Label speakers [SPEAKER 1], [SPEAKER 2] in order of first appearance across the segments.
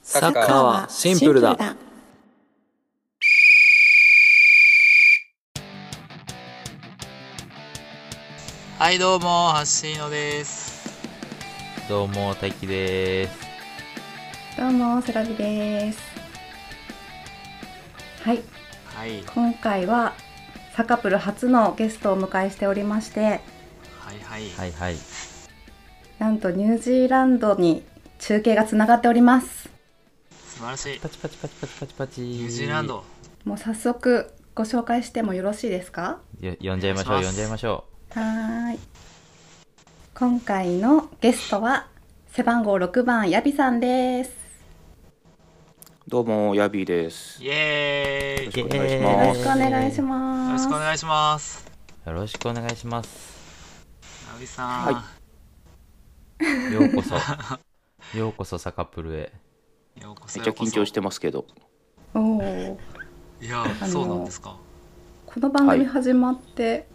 [SPEAKER 1] サッカーはシンプルだ。
[SPEAKER 2] はいどうもハッシーノです
[SPEAKER 3] どうも、大輝でーす。
[SPEAKER 4] どうも、セラビです。はい、
[SPEAKER 2] はい
[SPEAKER 4] 今回はサカプル初のゲストをお迎えしておりまして、
[SPEAKER 2] はいはい
[SPEAKER 3] はいはい。
[SPEAKER 4] なんとニュージーランドに中継がつながっております。
[SPEAKER 2] 素晴らしい
[SPEAKER 3] パチパチパチパチパチパチ。ニ
[SPEAKER 2] ニュージーラン。ド
[SPEAKER 4] もう早速ご紹介してもよろしいですか？
[SPEAKER 3] よ呼んじゃいまし
[SPEAKER 2] お
[SPEAKER 3] ょ
[SPEAKER 2] 願いします
[SPEAKER 3] う、呼んじゃいましょ
[SPEAKER 4] はーい。今回のゲストは背番号6番ヤビさんです。
[SPEAKER 1] どうも、ヤビーです。
[SPEAKER 2] イエーイ
[SPEAKER 3] う。
[SPEAKER 1] お願いし
[SPEAKER 4] よ
[SPEAKER 1] ま
[SPEAKER 4] ろ
[SPEAKER 1] す
[SPEAKER 4] しくお願いし
[SPEAKER 3] ま
[SPEAKER 2] よ
[SPEAKER 4] ま
[SPEAKER 2] ろしく
[SPEAKER 4] す。
[SPEAKER 2] お願いします
[SPEAKER 3] す。よろしくお願いします。
[SPEAKER 2] ナビさん、
[SPEAKER 1] は
[SPEAKER 3] ようこそ。ようこそ、サカプルへ。
[SPEAKER 2] ようこそ
[SPEAKER 1] めっちゃ緊張しててますけど。
[SPEAKER 4] おおー、
[SPEAKER 2] いや
[SPEAKER 4] の
[SPEAKER 2] そうなんですか
[SPEAKER 4] この番組始まって、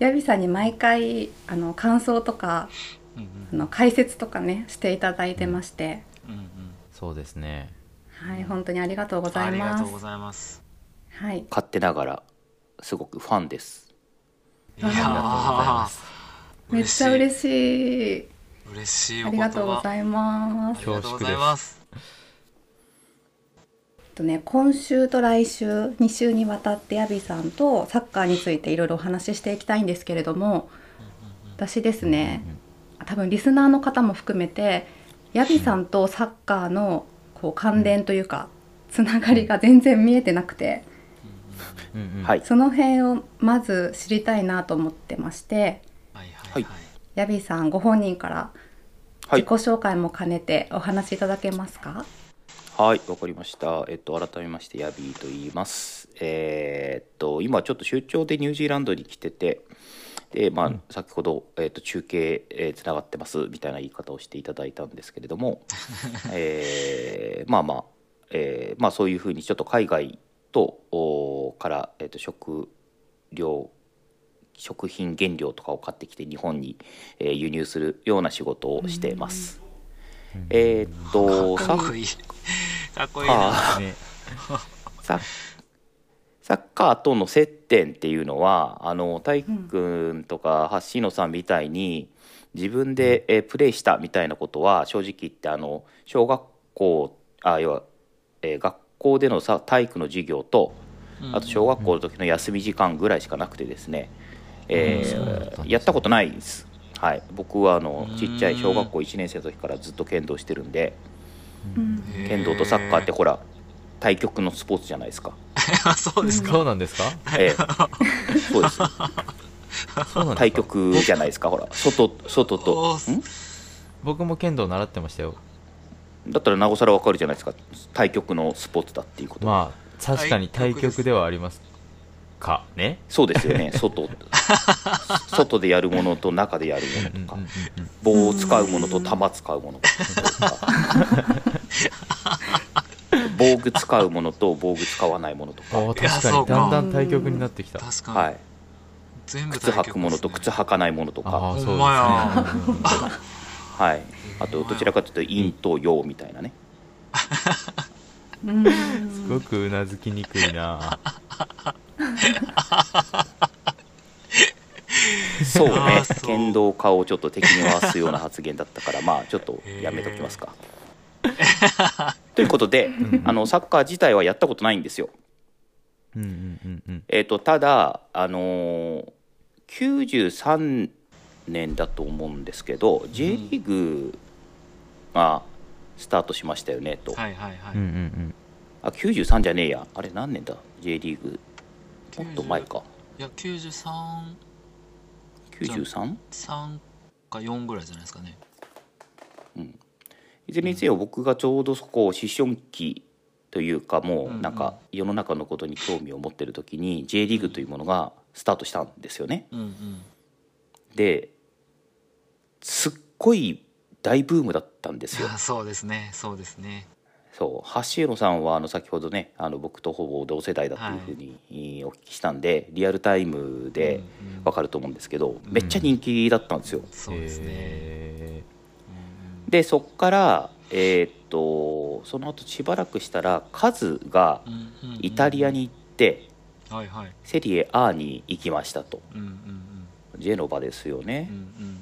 [SPEAKER 4] ヤビさんに毎回あの感想とか
[SPEAKER 2] うん
[SPEAKER 4] あの解説とかねしていただいてまして、
[SPEAKER 2] うんうんうん
[SPEAKER 3] そうですね。
[SPEAKER 4] はい本当にありがとうござ
[SPEAKER 2] あ
[SPEAKER 4] い
[SPEAKER 2] りが
[SPEAKER 4] ま
[SPEAKER 2] と
[SPEAKER 4] す
[SPEAKER 2] うございます
[SPEAKER 4] はい
[SPEAKER 1] 勝手ながら、すごくファンです。
[SPEAKER 2] いや
[SPEAKER 3] あ
[SPEAKER 4] あ
[SPEAKER 3] りがとうございます。
[SPEAKER 2] ー
[SPEAKER 4] めっちゃ
[SPEAKER 2] し
[SPEAKER 4] 嬉しい
[SPEAKER 2] い嬉しい
[SPEAKER 4] あ
[SPEAKER 2] お
[SPEAKER 4] り
[SPEAKER 2] 言葉
[SPEAKER 4] がとうござい
[SPEAKER 2] あ
[SPEAKER 4] ます
[SPEAKER 3] す
[SPEAKER 2] りがとうございます
[SPEAKER 4] えっとね今週と来週2週にわたってヤビさんとサッカーについていろいろお話ししていきたいんですけれども私ですね
[SPEAKER 3] うんうん
[SPEAKER 4] 多分リスナーの方も含めてヤビさんとサッカーのこう関連というかつながりが全然見えてなくて
[SPEAKER 3] うんうん。
[SPEAKER 1] はい。
[SPEAKER 4] その辺をまず知りたいなと思ってまして
[SPEAKER 2] はいはい
[SPEAKER 1] は
[SPEAKER 2] はい
[SPEAKER 4] ヤビさんご本人から
[SPEAKER 1] はい
[SPEAKER 4] 自己。紹介も兼ねてお話しいただけますか、
[SPEAKER 1] はい、わかりました。えっと、改めまして、ヤビーと言います。えーっと、今ちょっと出張でニュージーランドに来てて、で、まあ、先ほど、えっと、中継、えー、つながってます、みたいな言い方をしていただいたんですけれど も、えーまあまあ、えーまあそういうふうにちょっと海外と、おーから、えっと、食料、食品原料とかを買ってきて日本に、えー輸入するような仕事をしています。えーっと、
[SPEAKER 2] か
[SPEAKER 1] サ
[SPEAKER 2] っ
[SPEAKER 1] ッ
[SPEAKER 2] こいいかっこいいな
[SPEAKER 1] カー
[SPEAKER 3] ね
[SPEAKER 1] サッサッカーとの接点っていうのはあの体育君とか橋野さんみたいに自分で、えプレイしたみたいなことは正直言ってあの小学校あ要は、えー学校でのさ体育の授業と
[SPEAKER 2] うん
[SPEAKER 1] あと小学校の時の休み時間ぐらいしかなくてですね、えー
[SPEAKER 3] うんそうだったんですね
[SPEAKER 1] やったことないです。はい、僕はあの
[SPEAKER 2] うん
[SPEAKER 1] ちっちゃい小学校1年生の時からずっと剣道してるんで
[SPEAKER 4] うん
[SPEAKER 2] へー
[SPEAKER 1] 剣道とサッカーってほら対局のスポーツじゃないですか。
[SPEAKER 2] そうですか
[SPEAKER 3] そうなんですか
[SPEAKER 1] え え、そうです。
[SPEAKER 3] そうなんですか
[SPEAKER 1] 対局じゃないですか、ほら、外、外と。
[SPEAKER 2] おー
[SPEAKER 1] ん
[SPEAKER 3] 僕も剣道習ってましたよ。
[SPEAKER 1] だったらなおさらわかるじゃないですか、対局のスポーツだっていうこと。
[SPEAKER 3] まあ、確かに対局ではありますか。ね。
[SPEAKER 1] そうですよ ね、外。外でやるものと中でやる
[SPEAKER 3] うん
[SPEAKER 1] ものと
[SPEAKER 3] うんう
[SPEAKER 1] か
[SPEAKER 3] んう、ん
[SPEAKER 1] 棒を使うものと玉使うものと か。防具使うものと防具使わないものとか、
[SPEAKER 3] あー
[SPEAKER 2] いや
[SPEAKER 3] 確
[SPEAKER 2] そ
[SPEAKER 3] か
[SPEAKER 2] う
[SPEAKER 3] に、
[SPEAKER 2] か
[SPEAKER 3] だんだん対局になってきた。
[SPEAKER 2] 確かに、
[SPEAKER 1] はい、
[SPEAKER 2] 全部
[SPEAKER 1] 靴
[SPEAKER 2] 対局
[SPEAKER 1] 履くものと
[SPEAKER 2] です
[SPEAKER 1] 靴
[SPEAKER 2] ね
[SPEAKER 1] 履かないものと
[SPEAKER 3] あ
[SPEAKER 1] か、
[SPEAKER 3] あ、
[SPEAKER 2] ほんまや
[SPEAKER 3] そうですねうんうんうん。
[SPEAKER 1] はい、あとどちらかというと陰と陽みたいなね。
[SPEAKER 4] うん
[SPEAKER 3] すごくうなずきにくいな
[SPEAKER 1] そう
[SPEAKER 2] あ
[SPEAKER 1] ね
[SPEAKER 2] ーそう
[SPEAKER 1] 剣道家をちょっと敵に回すような発言だったからまあちょっとやめときますか。ということで
[SPEAKER 3] ん
[SPEAKER 1] あのサッカー自体はやったことないんですよ。
[SPEAKER 3] うんうんうんうん
[SPEAKER 1] えー、とただ、あのー93年だと思うんですけど J リーグがスタートしましたよねと、
[SPEAKER 2] はいはいはい、
[SPEAKER 3] うんうん
[SPEAKER 1] あ93じゃねえやあれ何年だ J リーグもっと前か
[SPEAKER 2] いや93
[SPEAKER 1] 93?
[SPEAKER 2] 3か4ぐらいじゃないですかね
[SPEAKER 1] いずれにせよ僕がちょうどそこ思春期というかも
[SPEAKER 2] うんう
[SPEAKER 1] うんなんか世の中のことに興味を持ってる時に J リーグというものがスタートしたんですよね。
[SPEAKER 2] うんうん
[SPEAKER 1] ですっごい大ブームだったんですよ
[SPEAKER 2] あ。 そうですねそうですね
[SPEAKER 1] そう橋野さんはあの先ほどねあの僕とほぼ同世代だというふうにえーお聞きしたんでリアルタイムで
[SPEAKER 2] うんうん
[SPEAKER 1] わかると思うんですけどめっちゃ人気だったんですよ。
[SPEAKER 2] そうですね、
[SPEAKER 3] え
[SPEAKER 2] うんうん
[SPEAKER 1] でそっからえーっとその後しばらくしたらカズが
[SPEAKER 2] うんうんうん
[SPEAKER 1] イタリアに行って
[SPEAKER 2] はいはい
[SPEAKER 1] セリエ A に行きましたと
[SPEAKER 2] うんうん
[SPEAKER 1] ジェノバですよね
[SPEAKER 2] うんう、んうん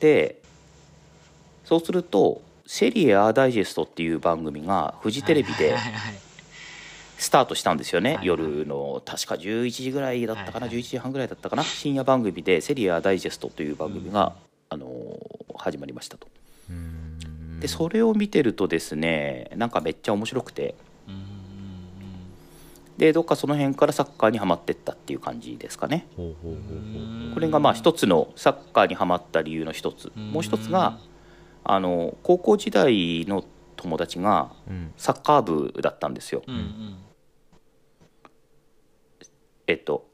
[SPEAKER 1] でそうすると「セリエ A ダイジェスト」っていう番組がフジテレビで
[SPEAKER 2] はいはいはいはい
[SPEAKER 1] スタートしたんですよね、
[SPEAKER 2] はいはい
[SPEAKER 1] 夜の確か11時ぐらいだったかな、
[SPEAKER 2] はいはい
[SPEAKER 1] 11時半ぐらいだったかな深夜番組で「セリアダイジェスト」という番組が、あのー始まりましたと。
[SPEAKER 3] うーん
[SPEAKER 1] でそれを見てるとですねなんかめっちゃ面白くて
[SPEAKER 2] うんうん
[SPEAKER 1] でどっかその辺からサッカーにはまってったっていう感じですかね。
[SPEAKER 3] ほうほうほうほう
[SPEAKER 2] うんうん
[SPEAKER 1] これがまあ一つのサッカーにはまった理由の一つもう一つがあの高校時代の友達が
[SPEAKER 3] うん
[SPEAKER 1] サッカー部だったんですよ。
[SPEAKER 2] うんうん
[SPEAKER 1] えっと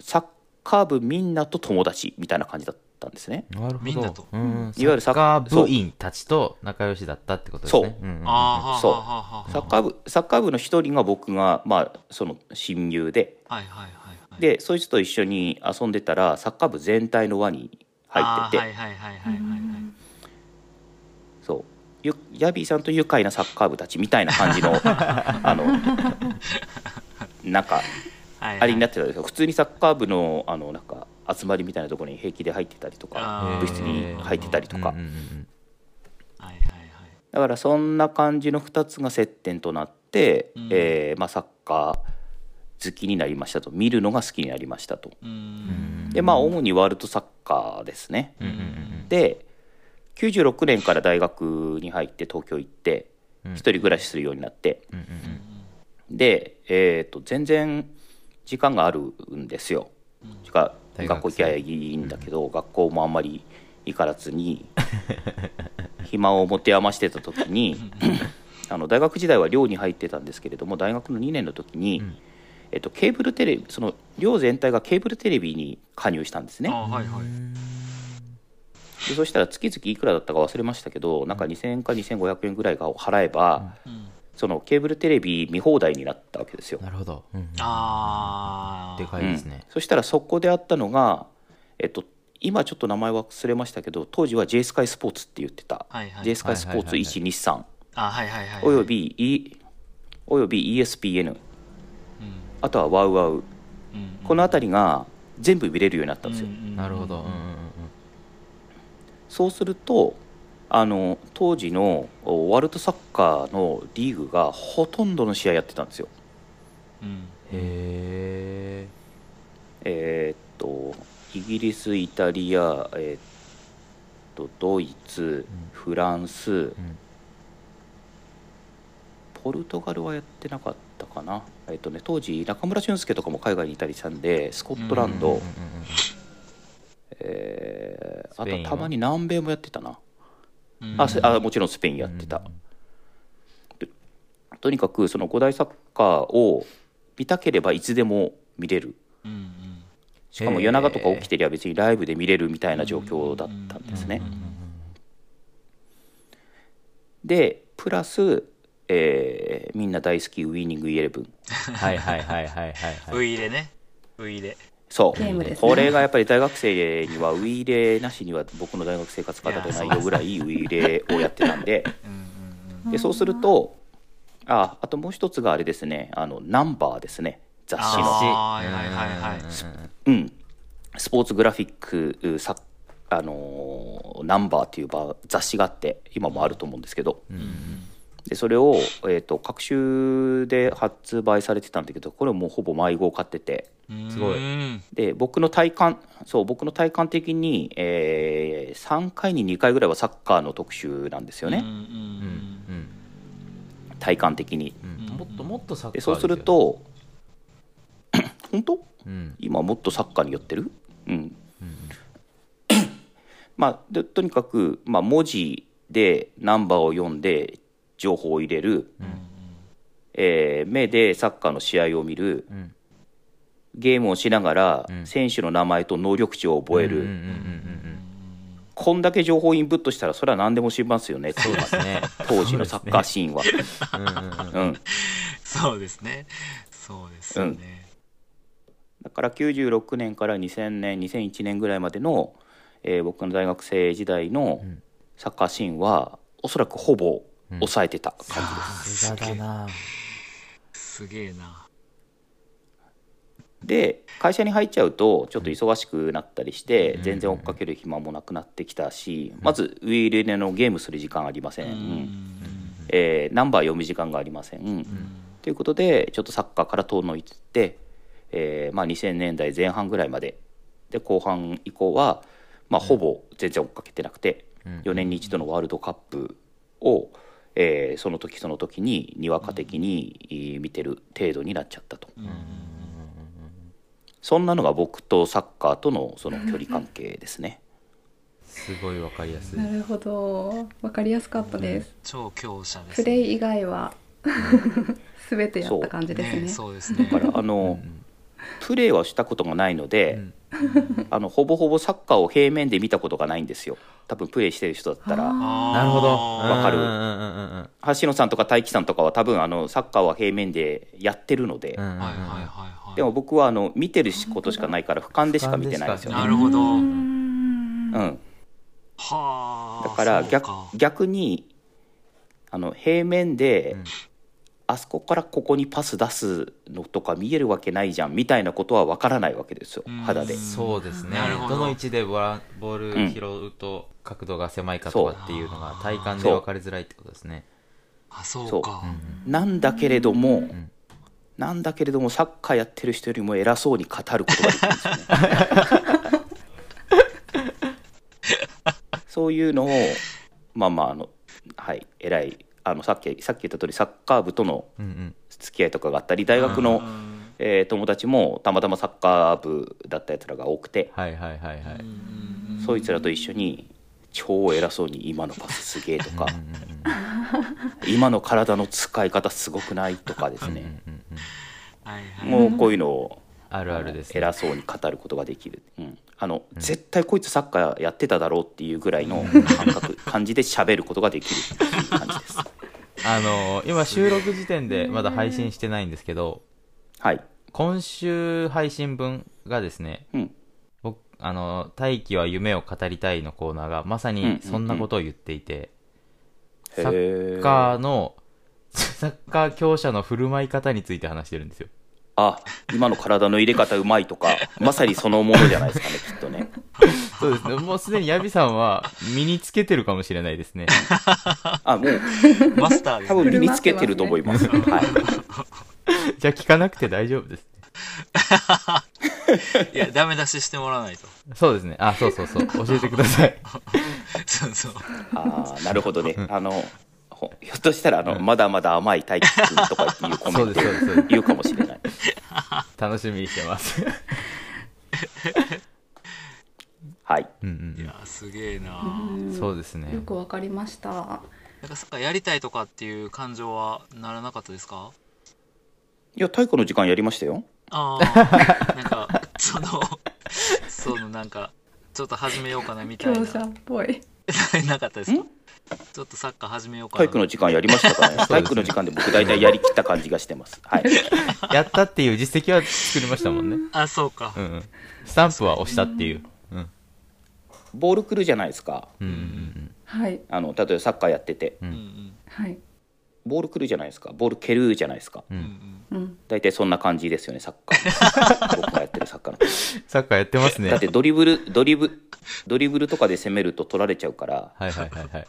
[SPEAKER 1] サッカー部みんなと友達みたいな感じだったんですね。
[SPEAKER 3] なるほど
[SPEAKER 2] みんなと
[SPEAKER 3] うん
[SPEAKER 1] いわゆる
[SPEAKER 3] サ
[SPEAKER 1] サ
[SPEAKER 3] ッ
[SPEAKER 1] ッ
[SPEAKER 3] カー部員たちと仲良しだったってことですね
[SPEAKER 1] そう
[SPEAKER 3] うんうんうん
[SPEAKER 2] あー
[SPEAKER 1] そう
[SPEAKER 2] はあはあはあはあ
[SPEAKER 1] サッカー部サッカー部の一人が僕が、まあ、その親友で
[SPEAKER 2] はいはいはいはい
[SPEAKER 1] でそいつと一緒に遊んでたらサッカー部全体の輪に入って
[SPEAKER 2] あー
[SPEAKER 1] て、
[SPEAKER 2] はいはいはいはいはいはい
[SPEAKER 1] そうゆヤビーさんと愉快なサッカー部たちみたいな感じ のあのなんか
[SPEAKER 2] はいはい
[SPEAKER 1] あれになってたんですよ普通にサッカー部のあのなんか集まりみたいなところに平気で入ってたりとか
[SPEAKER 2] あー
[SPEAKER 1] 部室に入ってたりとか、
[SPEAKER 3] うんうんうん
[SPEAKER 2] はいはいはい
[SPEAKER 1] だからそんな感じの2つが接点となって、
[SPEAKER 2] うん
[SPEAKER 1] えーまあ、サッカー好きになりましたと見るのが好きになりましたと
[SPEAKER 2] うー
[SPEAKER 3] うん
[SPEAKER 2] ん
[SPEAKER 1] でまあ主にワールドサッカーですね
[SPEAKER 3] うんうんうん
[SPEAKER 1] で96年から大学に入って東京行って
[SPEAKER 3] うん
[SPEAKER 1] 一人暮らしするようになって
[SPEAKER 3] うんうんうん
[SPEAKER 1] で、えー、と全然時間があるんですよ。しか
[SPEAKER 3] 大
[SPEAKER 1] 学校
[SPEAKER 3] 学
[SPEAKER 1] 行き
[SPEAKER 3] 生
[SPEAKER 1] ゃいいんだけど、学校もあんまり行からずに暇を持て余してた時にあの大学時代は寮に入ってたんですけれども大学の2年の時に、
[SPEAKER 3] うん
[SPEAKER 1] えっと、ケーブルテレビその寮全体がケーブルテレビに加入したんですね。
[SPEAKER 2] あはいはい
[SPEAKER 1] でそしたら月々いくらだったか忘れましたけどなんか2000円か2500円ぐらいが払えば、
[SPEAKER 2] うん
[SPEAKER 1] そのケーブルテレビ見放題になったわけですよ。
[SPEAKER 3] なるほど、うんうん
[SPEAKER 2] ああ
[SPEAKER 3] でかいですね
[SPEAKER 1] うん、そしたらそこであったのが、えっと、今ちょっと名前忘れましたけど当時は J スカイスポーツって言ってた、
[SPEAKER 2] はいはい
[SPEAKER 1] J スカイスポーツ
[SPEAKER 3] はいはいはい
[SPEAKER 1] 123
[SPEAKER 2] あはいはいはい
[SPEAKER 1] および E および ESPN
[SPEAKER 2] うん
[SPEAKER 1] あとはワウワウ
[SPEAKER 2] うん
[SPEAKER 1] この辺りが全部見れるようになったんですよ、
[SPEAKER 2] うん
[SPEAKER 3] なるほど、うんうん
[SPEAKER 1] そうするとあの当時のおワールドサッカーのリーグがほとんどの試合やってたんですよ
[SPEAKER 2] うん
[SPEAKER 3] うん、へえ
[SPEAKER 1] えーっとイギリスイタリア、えーっとドイツ
[SPEAKER 3] うん
[SPEAKER 1] フランス、
[SPEAKER 3] うん
[SPEAKER 1] ポルトガルはやってなかったかな、えっとね、当時中村俊輔とかも海外にいたりしたんでスコットランド、
[SPEAKER 3] うんうんうんうん
[SPEAKER 1] えー
[SPEAKER 3] スペイン
[SPEAKER 1] あと
[SPEAKER 3] は
[SPEAKER 1] たまに南米もやってたな、
[SPEAKER 2] うん
[SPEAKER 1] あせあもちろんスペインやってた、
[SPEAKER 3] うんうん
[SPEAKER 1] とにかくその五大サッカーを見たければいつでも見れる
[SPEAKER 2] うんうん
[SPEAKER 1] しかも夜中とか起きてりゃ別にライブで見れるみたいな状況だったんですね、
[SPEAKER 2] うんうんうん
[SPEAKER 1] でプラス、えーみんな大好きウィーニングイレブン
[SPEAKER 3] はいはいはいはいはいは
[SPEAKER 2] ウ
[SPEAKER 3] い
[SPEAKER 2] イイレねウイイレ
[SPEAKER 1] そう、
[SPEAKER 4] ゲームですね
[SPEAKER 1] これがやっぱり大学生にはウィーレなしには僕の大学生活語れないよぐらいウィーレをやってたんで
[SPEAKER 2] うんうん
[SPEAKER 1] でそうするとああともう一つがあれですねあのナンバーですね雑誌の
[SPEAKER 2] あー
[SPEAKER 3] うんうんうん
[SPEAKER 1] う
[SPEAKER 2] はいはいはいはい
[SPEAKER 3] うん
[SPEAKER 1] んスポーツグラフィックうさあのーナンバーっていうば雑誌があって今もあると思うんですけど、
[SPEAKER 2] うん
[SPEAKER 1] でそれを、えー、と各週で発売されてたんだけどこれもうほぼ毎号買ってて
[SPEAKER 2] うんうん
[SPEAKER 3] すごい
[SPEAKER 2] うん
[SPEAKER 1] で僕の体感そう僕の体感的に、えー3回に2回ぐらいはサッカーの特集なんですよ
[SPEAKER 2] うんう
[SPEAKER 1] ね、
[SPEAKER 3] う
[SPEAKER 2] ん
[SPEAKER 3] んうん
[SPEAKER 1] 体感的に
[SPEAKER 3] うん
[SPEAKER 2] うん
[SPEAKER 3] もっともっとサッカー
[SPEAKER 1] で
[SPEAKER 3] です
[SPEAKER 1] そ
[SPEAKER 3] よ
[SPEAKER 1] うする、と 本当
[SPEAKER 3] うん
[SPEAKER 1] 今もっとサッカーに寄ってるうん
[SPEAKER 3] うんうん
[SPEAKER 1] まあでとにかく、まあ、文字でナンバーを読んで情報を入れる、えー目でサッカーの試合を見る
[SPEAKER 3] うん
[SPEAKER 1] ゲームをしながら
[SPEAKER 3] うん
[SPEAKER 1] 選手の名前と能力値を覚える、
[SPEAKER 3] うんうんうんうん
[SPEAKER 1] こんだけ情報をインプットしたらそれは何でも知りますよねっていうのが
[SPEAKER 3] うんね
[SPEAKER 1] 当時のサッカーシーンは。
[SPEAKER 3] うんうんうん
[SPEAKER 1] うん、
[SPEAKER 2] そうですねそうですよね
[SPEAKER 1] だから96年から2000年2001年ぐらいまでの、えー僕の大学生時代の
[SPEAKER 3] うん
[SPEAKER 1] サッカーシーンはおそらくほぼ抑えてた感じです。
[SPEAKER 3] さすがだな
[SPEAKER 2] すげえな。
[SPEAKER 1] で会社に入っちゃうとちょっと忙しくなったりして
[SPEAKER 3] うん
[SPEAKER 1] 全然追っかける暇もなくなってきたしまずウイイレネのゲームする時間ありません、
[SPEAKER 2] うん
[SPEAKER 1] えーナンバー読む時間がありません、ということでちょっとサッカーから遠のいてって、えーまあ、2000年代前半ぐらいまでで後半以降は、まあ、ほぼ全然追っかけてなくて
[SPEAKER 3] うん
[SPEAKER 1] 4年に一度のワールドカップを、えーその時その時ににわか的にえー見てる程度になっちゃったと。そんなのが僕とサッカーとのその距離関係ですね。
[SPEAKER 3] すごいわかりやすい
[SPEAKER 4] なるほどわかりやすかったです、
[SPEAKER 2] 超強者です
[SPEAKER 4] プ
[SPEAKER 2] ね。
[SPEAKER 4] レイ以外は 全てやった感じですね
[SPEAKER 2] ねそうですね。
[SPEAKER 1] だからあの、プレーはしたことがないので、あのほぼほぼサッカーを平面で見たことがないんですよ。多分プレーしてる人だった
[SPEAKER 4] あ
[SPEAKER 1] ら
[SPEAKER 4] ー
[SPEAKER 2] あー
[SPEAKER 3] なるほど
[SPEAKER 1] わかる
[SPEAKER 3] うんうんうんうんうん
[SPEAKER 1] 橋野さんとか大輝さんとかは多分あのサッカーは平面でやってるので、
[SPEAKER 3] うんうんうん
[SPEAKER 2] はいはいはいはい。
[SPEAKER 1] でも僕はあの見てることしかないから俯瞰でしか見てないんですよ
[SPEAKER 3] あ
[SPEAKER 2] な
[SPEAKER 1] ね。
[SPEAKER 2] るほど。
[SPEAKER 4] うー
[SPEAKER 2] は
[SPEAKER 4] ん
[SPEAKER 1] うん、
[SPEAKER 2] あ。
[SPEAKER 1] だから
[SPEAKER 2] そう
[SPEAKER 1] 逆逆にあの平面で、
[SPEAKER 3] うん
[SPEAKER 1] あそこからここにパス出すのとか見えるわけないじゃんみたいなことはわからないわけですよ
[SPEAKER 2] うん
[SPEAKER 1] 肌で。
[SPEAKER 3] そうですね
[SPEAKER 2] なるほど
[SPEAKER 3] どの位置でボラボール拾うと角度が狭いかとかっていうのが体感で分かりづらいってことですね
[SPEAKER 2] あ、そうか。
[SPEAKER 1] なんだけれども、
[SPEAKER 3] ん
[SPEAKER 1] なんだけれどもサッカーやってる人よりも偉そうに語ることができるんですよね。 そういうのをまあまああのはい偉いあのさっきさっき言った通りサッカー部との
[SPEAKER 3] うんうん
[SPEAKER 1] 付き合いとかがあったり大学の、
[SPEAKER 2] うん
[SPEAKER 1] えー友達もたまたまサッカー部だったやつらが多くて、
[SPEAKER 3] はいはいはいはい
[SPEAKER 2] うんうん
[SPEAKER 1] そいつらと一緒に超偉そうに今のパスすげえとか
[SPEAKER 3] うんうんうん
[SPEAKER 1] 今の体の使い方すごくないとかですね
[SPEAKER 3] うんうんうん
[SPEAKER 2] はいはい。
[SPEAKER 1] もうこういうのを
[SPEAKER 3] あるあるですね
[SPEAKER 1] 偉そうに語ることができる、うん、あの絶対こいつサッカーやってただろうっていうぐらいの感覚感じで喋ることができるっていう感じです
[SPEAKER 3] あのー今収録時点でまだ配信してないんですけど
[SPEAKER 1] はい、
[SPEAKER 3] 今週配信分がですね
[SPEAKER 1] うん、
[SPEAKER 3] 僕あの「大輝は夢を語りたい」のコーナーがまさにそんなことを言っていて、
[SPEAKER 1] へ
[SPEAKER 3] サ
[SPEAKER 1] ー
[SPEAKER 3] ッカーの サッカー強者の振る舞い方について話してるんですよ
[SPEAKER 1] あ今の体の入れ方うまいとかまさにそのものじゃないですかねきっとね
[SPEAKER 3] そうです ねもうすでにヤビさんは身につけてるかもしれないですね
[SPEAKER 1] あもう
[SPEAKER 2] マスターです
[SPEAKER 1] 多
[SPEAKER 2] ね。
[SPEAKER 1] 分身につけてると思いますはい
[SPEAKER 3] じゃあ聞かなくて大丈夫ですね
[SPEAKER 2] いや、ダメ出ししてもらわ ないと。
[SPEAKER 3] そうですねあそうそうそう教えてください
[SPEAKER 2] そうそう。
[SPEAKER 1] ああなるほどねあのほひょっとしたらあの、まだまだ甘い大輝君とかっていうコメ
[SPEAKER 3] そう
[SPEAKER 1] ン
[SPEAKER 3] で
[SPEAKER 1] ト
[SPEAKER 3] すそうですそうです
[SPEAKER 1] 言うかもしれない
[SPEAKER 3] 楽しみにしてます
[SPEAKER 1] はい
[SPEAKER 3] うん
[SPEAKER 2] いや、すげえな。
[SPEAKER 3] うん
[SPEAKER 4] うん
[SPEAKER 3] そうです
[SPEAKER 4] よ
[SPEAKER 3] ね
[SPEAKER 4] くわかりました
[SPEAKER 2] なんか、そっか、やりたいとかっていう感情はならなかったですか
[SPEAKER 1] いや体育の時間やりましたよ
[SPEAKER 2] ああ、なんか、その、そのなんか、ちょっと始めようかなみたいな
[SPEAKER 4] 強。者っぽい
[SPEAKER 2] なかったですかちょっとサッカー始めようか
[SPEAKER 1] 体
[SPEAKER 2] な。
[SPEAKER 1] 育の時間やりましたからね 体育の時間で僕大体やりきった感じがしてますはい
[SPEAKER 3] やったっていう実績は作りましたもんね
[SPEAKER 2] あ、そうか
[SPEAKER 3] う。んうんスタンプは押したっていううん
[SPEAKER 1] ボール来るじゃないですか
[SPEAKER 3] うんうん
[SPEAKER 4] はい
[SPEAKER 1] あの例えばサッカーやってて
[SPEAKER 3] うんう
[SPEAKER 2] うん
[SPEAKER 3] ん
[SPEAKER 4] はい
[SPEAKER 1] ボール来るじゃないですかボール蹴るじゃないですか
[SPEAKER 3] う
[SPEAKER 2] うん
[SPEAKER 3] ん
[SPEAKER 2] うん
[SPEAKER 4] うん
[SPEAKER 1] 大体そんな感じですよねサッカ ー僕がやってるサッカーの
[SPEAKER 3] サッカーやってますね。
[SPEAKER 1] だってドリブルドリブドリブルとかで攻めると取られちゃうから
[SPEAKER 3] はいはいはいはい。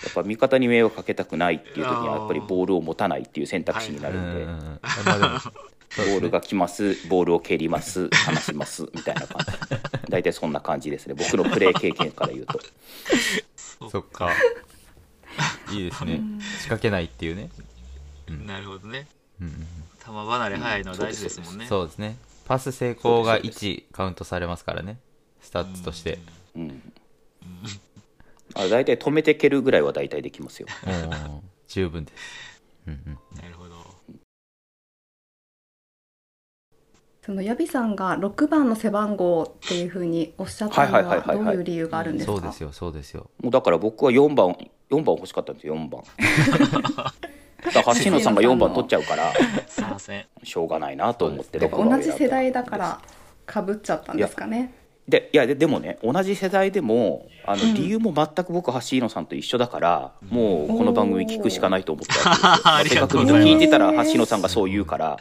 [SPEAKER 1] やっぱ味方に迷惑かけたくないっていう時にはやっぱりボールを持たないっていう選択肢にな
[SPEAKER 3] うん
[SPEAKER 1] る
[SPEAKER 3] うん
[SPEAKER 1] で、
[SPEAKER 3] んうん。まあでもそうですね
[SPEAKER 1] ボールが来ますボールを蹴ります離しますみたいな感じ大体そんな感じですね僕のプレー経験から言うと
[SPEAKER 3] そっか。いいですね。仕掛けないっていうね。
[SPEAKER 2] うん。なるほどね。
[SPEAKER 3] うんうん
[SPEAKER 2] 球離れ早いのは大事ですも
[SPEAKER 3] うんん
[SPEAKER 2] ね。
[SPEAKER 3] そうですね。パス成功が
[SPEAKER 1] そうです
[SPEAKER 3] 1カウントされますからね。スタッツとして。
[SPEAKER 1] うんあ大体止めて蹴るぐらいは大体できますよ
[SPEAKER 3] おー十分です。うんうん
[SPEAKER 2] なるほど。
[SPEAKER 4] そのヤビさんが6番の背番号っていうふうにおっしゃったの
[SPEAKER 1] はいはい
[SPEAKER 4] は
[SPEAKER 1] はい
[SPEAKER 4] ど
[SPEAKER 1] はいうはい
[SPEAKER 4] いう理由があるんですか
[SPEAKER 3] そうですよ、そうですよ。
[SPEAKER 1] もうだから僕は4番4番欲しかったんですよ4番 だから橋野さんが4番取っちゃうから
[SPEAKER 2] すいません。
[SPEAKER 1] しょうがないなと思って
[SPEAKER 3] そうですね
[SPEAKER 1] 僕は
[SPEAKER 4] 同じ世代だからかぶっちゃったんですかね
[SPEAKER 1] でいやででもね同じ世代でもあ
[SPEAKER 4] う
[SPEAKER 1] の
[SPEAKER 4] ん
[SPEAKER 1] 理由も全く僕橋井野さんと一緒だから、もうこの番組聞くしかないと思ったわけですよ
[SPEAKER 2] あ
[SPEAKER 1] 正
[SPEAKER 2] りがと
[SPEAKER 1] 確
[SPEAKER 2] う
[SPEAKER 1] に
[SPEAKER 2] ご
[SPEAKER 1] 言
[SPEAKER 2] ざ
[SPEAKER 1] うと聞いて
[SPEAKER 2] います
[SPEAKER 1] たら橋野さんがそう言うから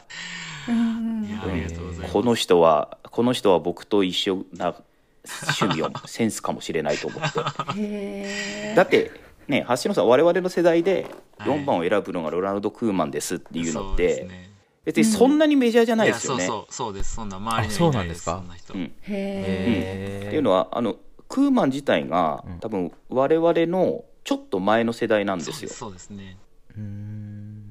[SPEAKER 4] うん
[SPEAKER 2] いやありがとうございます
[SPEAKER 1] この人はこの人は僕と一緒な趣味をセンスかもしれないと思って
[SPEAKER 4] へ
[SPEAKER 1] だってね橋野さん我々の世代で
[SPEAKER 2] はい
[SPEAKER 1] 4番を選ぶのがロナルド・クーマンですっていうのっ
[SPEAKER 2] そうです
[SPEAKER 1] て、
[SPEAKER 2] ね
[SPEAKER 1] 別にそんなにメジャーじゃないい
[SPEAKER 2] や
[SPEAKER 1] ですよね。
[SPEAKER 2] そうそうそうですそんな周りに
[SPEAKER 3] あそう
[SPEAKER 2] い
[SPEAKER 3] ないんですか
[SPEAKER 2] そんな人
[SPEAKER 1] うん
[SPEAKER 4] え
[SPEAKER 3] へ
[SPEAKER 4] へえ
[SPEAKER 3] え
[SPEAKER 1] っていうのはあのクーマン自体が
[SPEAKER 3] うん
[SPEAKER 1] 多分我々のちょっと前の世代なんで
[SPEAKER 2] そう
[SPEAKER 1] す
[SPEAKER 2] で
[SPEAKER 1] よ
[SPEAKER 2] す。そうですね
[SPEAKER 3] うーん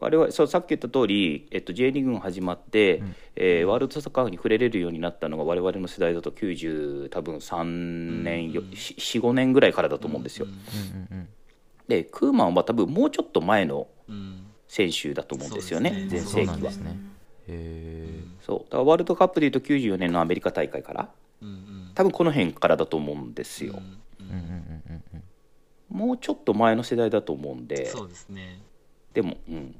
[SPEAKER 1] 我々そうさっき言った通り、えっと、J リーグが始まって、
[SPEAKER 3] うん
[SPEAKER 1] えーワールドサッカーに触れれるようになったのが我々の世代だと90多分3年、よ
[SPEAKER 2] うん
[SPEAKER 1] 45年ぐらいからだと思うんですよ。
[SPEAKER 3] うんうん
[SPEAKER 1] でクーマンは多分もうちょっと前の
[SPEAKER 2] うん
[SPEAKER 1] 選手だと思うんですよね
[SPEAKER 2] そう
[SPEAKER 1] 全
[SPEAKER 2] です
[SPEAKER 3] そ
[SPEAKER 1] 盛期
[SPEAKER 3] うなんで
[SPEAKER 1] は
[SPEAKER 3] す。ねへ
[SPEAKER 1] そうだからワールドカップでいうと94年のアメリカ大会から
[SPEAKER 2] うんうん
[SPEAKER 1] 多分この辺からだと思うんですよ。
[SPEAKER 2] う
[SPEAKER 3] えうんうん
[SPEAKER 2] ん
[SPEAKER 3] うんうん
[SPEAKER 1] もうちょっと前の世代だと思うんで。
[SPEAKER 2] そうですね
[SPEAKER 1] でも、うん、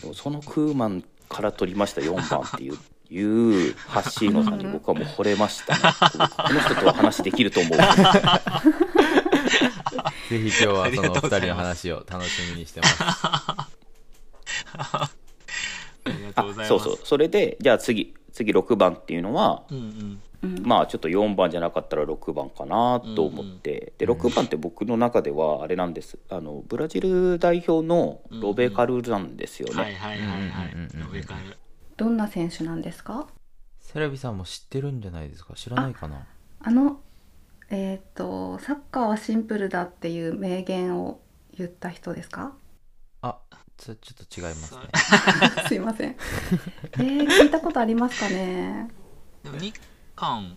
[SPEAKER 1] でもそのクーマンから取りました4番っていういうハッシーノさんに僕はもう惚れましたね。僕この人とは話できると思う。
[SPEAKER 3] ぜひ今日はそ
[SPEAKER 2] あ
[SPEAKER 3] のお二人
[SPEAKER 2] りが
[SPEAKER 3] の
[SPEAKER 2] とうございま
[SPEAKER 3] 話を楽しみにしてます。
[SPEAKER 2] ありがと
[SPEAKER 1] あ
[SPEAKER 2] うございます
[SPEAKER 1] そうそう。それでじゃあ次次6番っていうのは、
[SPEAKER 2] うんうん
[SPEAKER 1] まあちょっと4番じゃなかったら6番かなと思って、で6番って僕の中ではあれなんですあのブラジル代表のロベカルなんですよね。
[SPEAKER 2] はいはいはいは
[SPEAKER 3] うんうんうんうん
[SPEAKER 2] い上から
[SPEAKER 4] どんな選手なんですか
[SPEAKER 3] セラビさんも知ってるんじゃないですか知らないかな
[SPEAKER 4] あのえっ、とサッカーはシンプルだっていう名言を言った人です か
[SPEAKER 3] あちょちょっと違いますね。
[SPEAKER 4] すいませんえー、聞いたことありますかね
[SPEAKER 2] でも日韓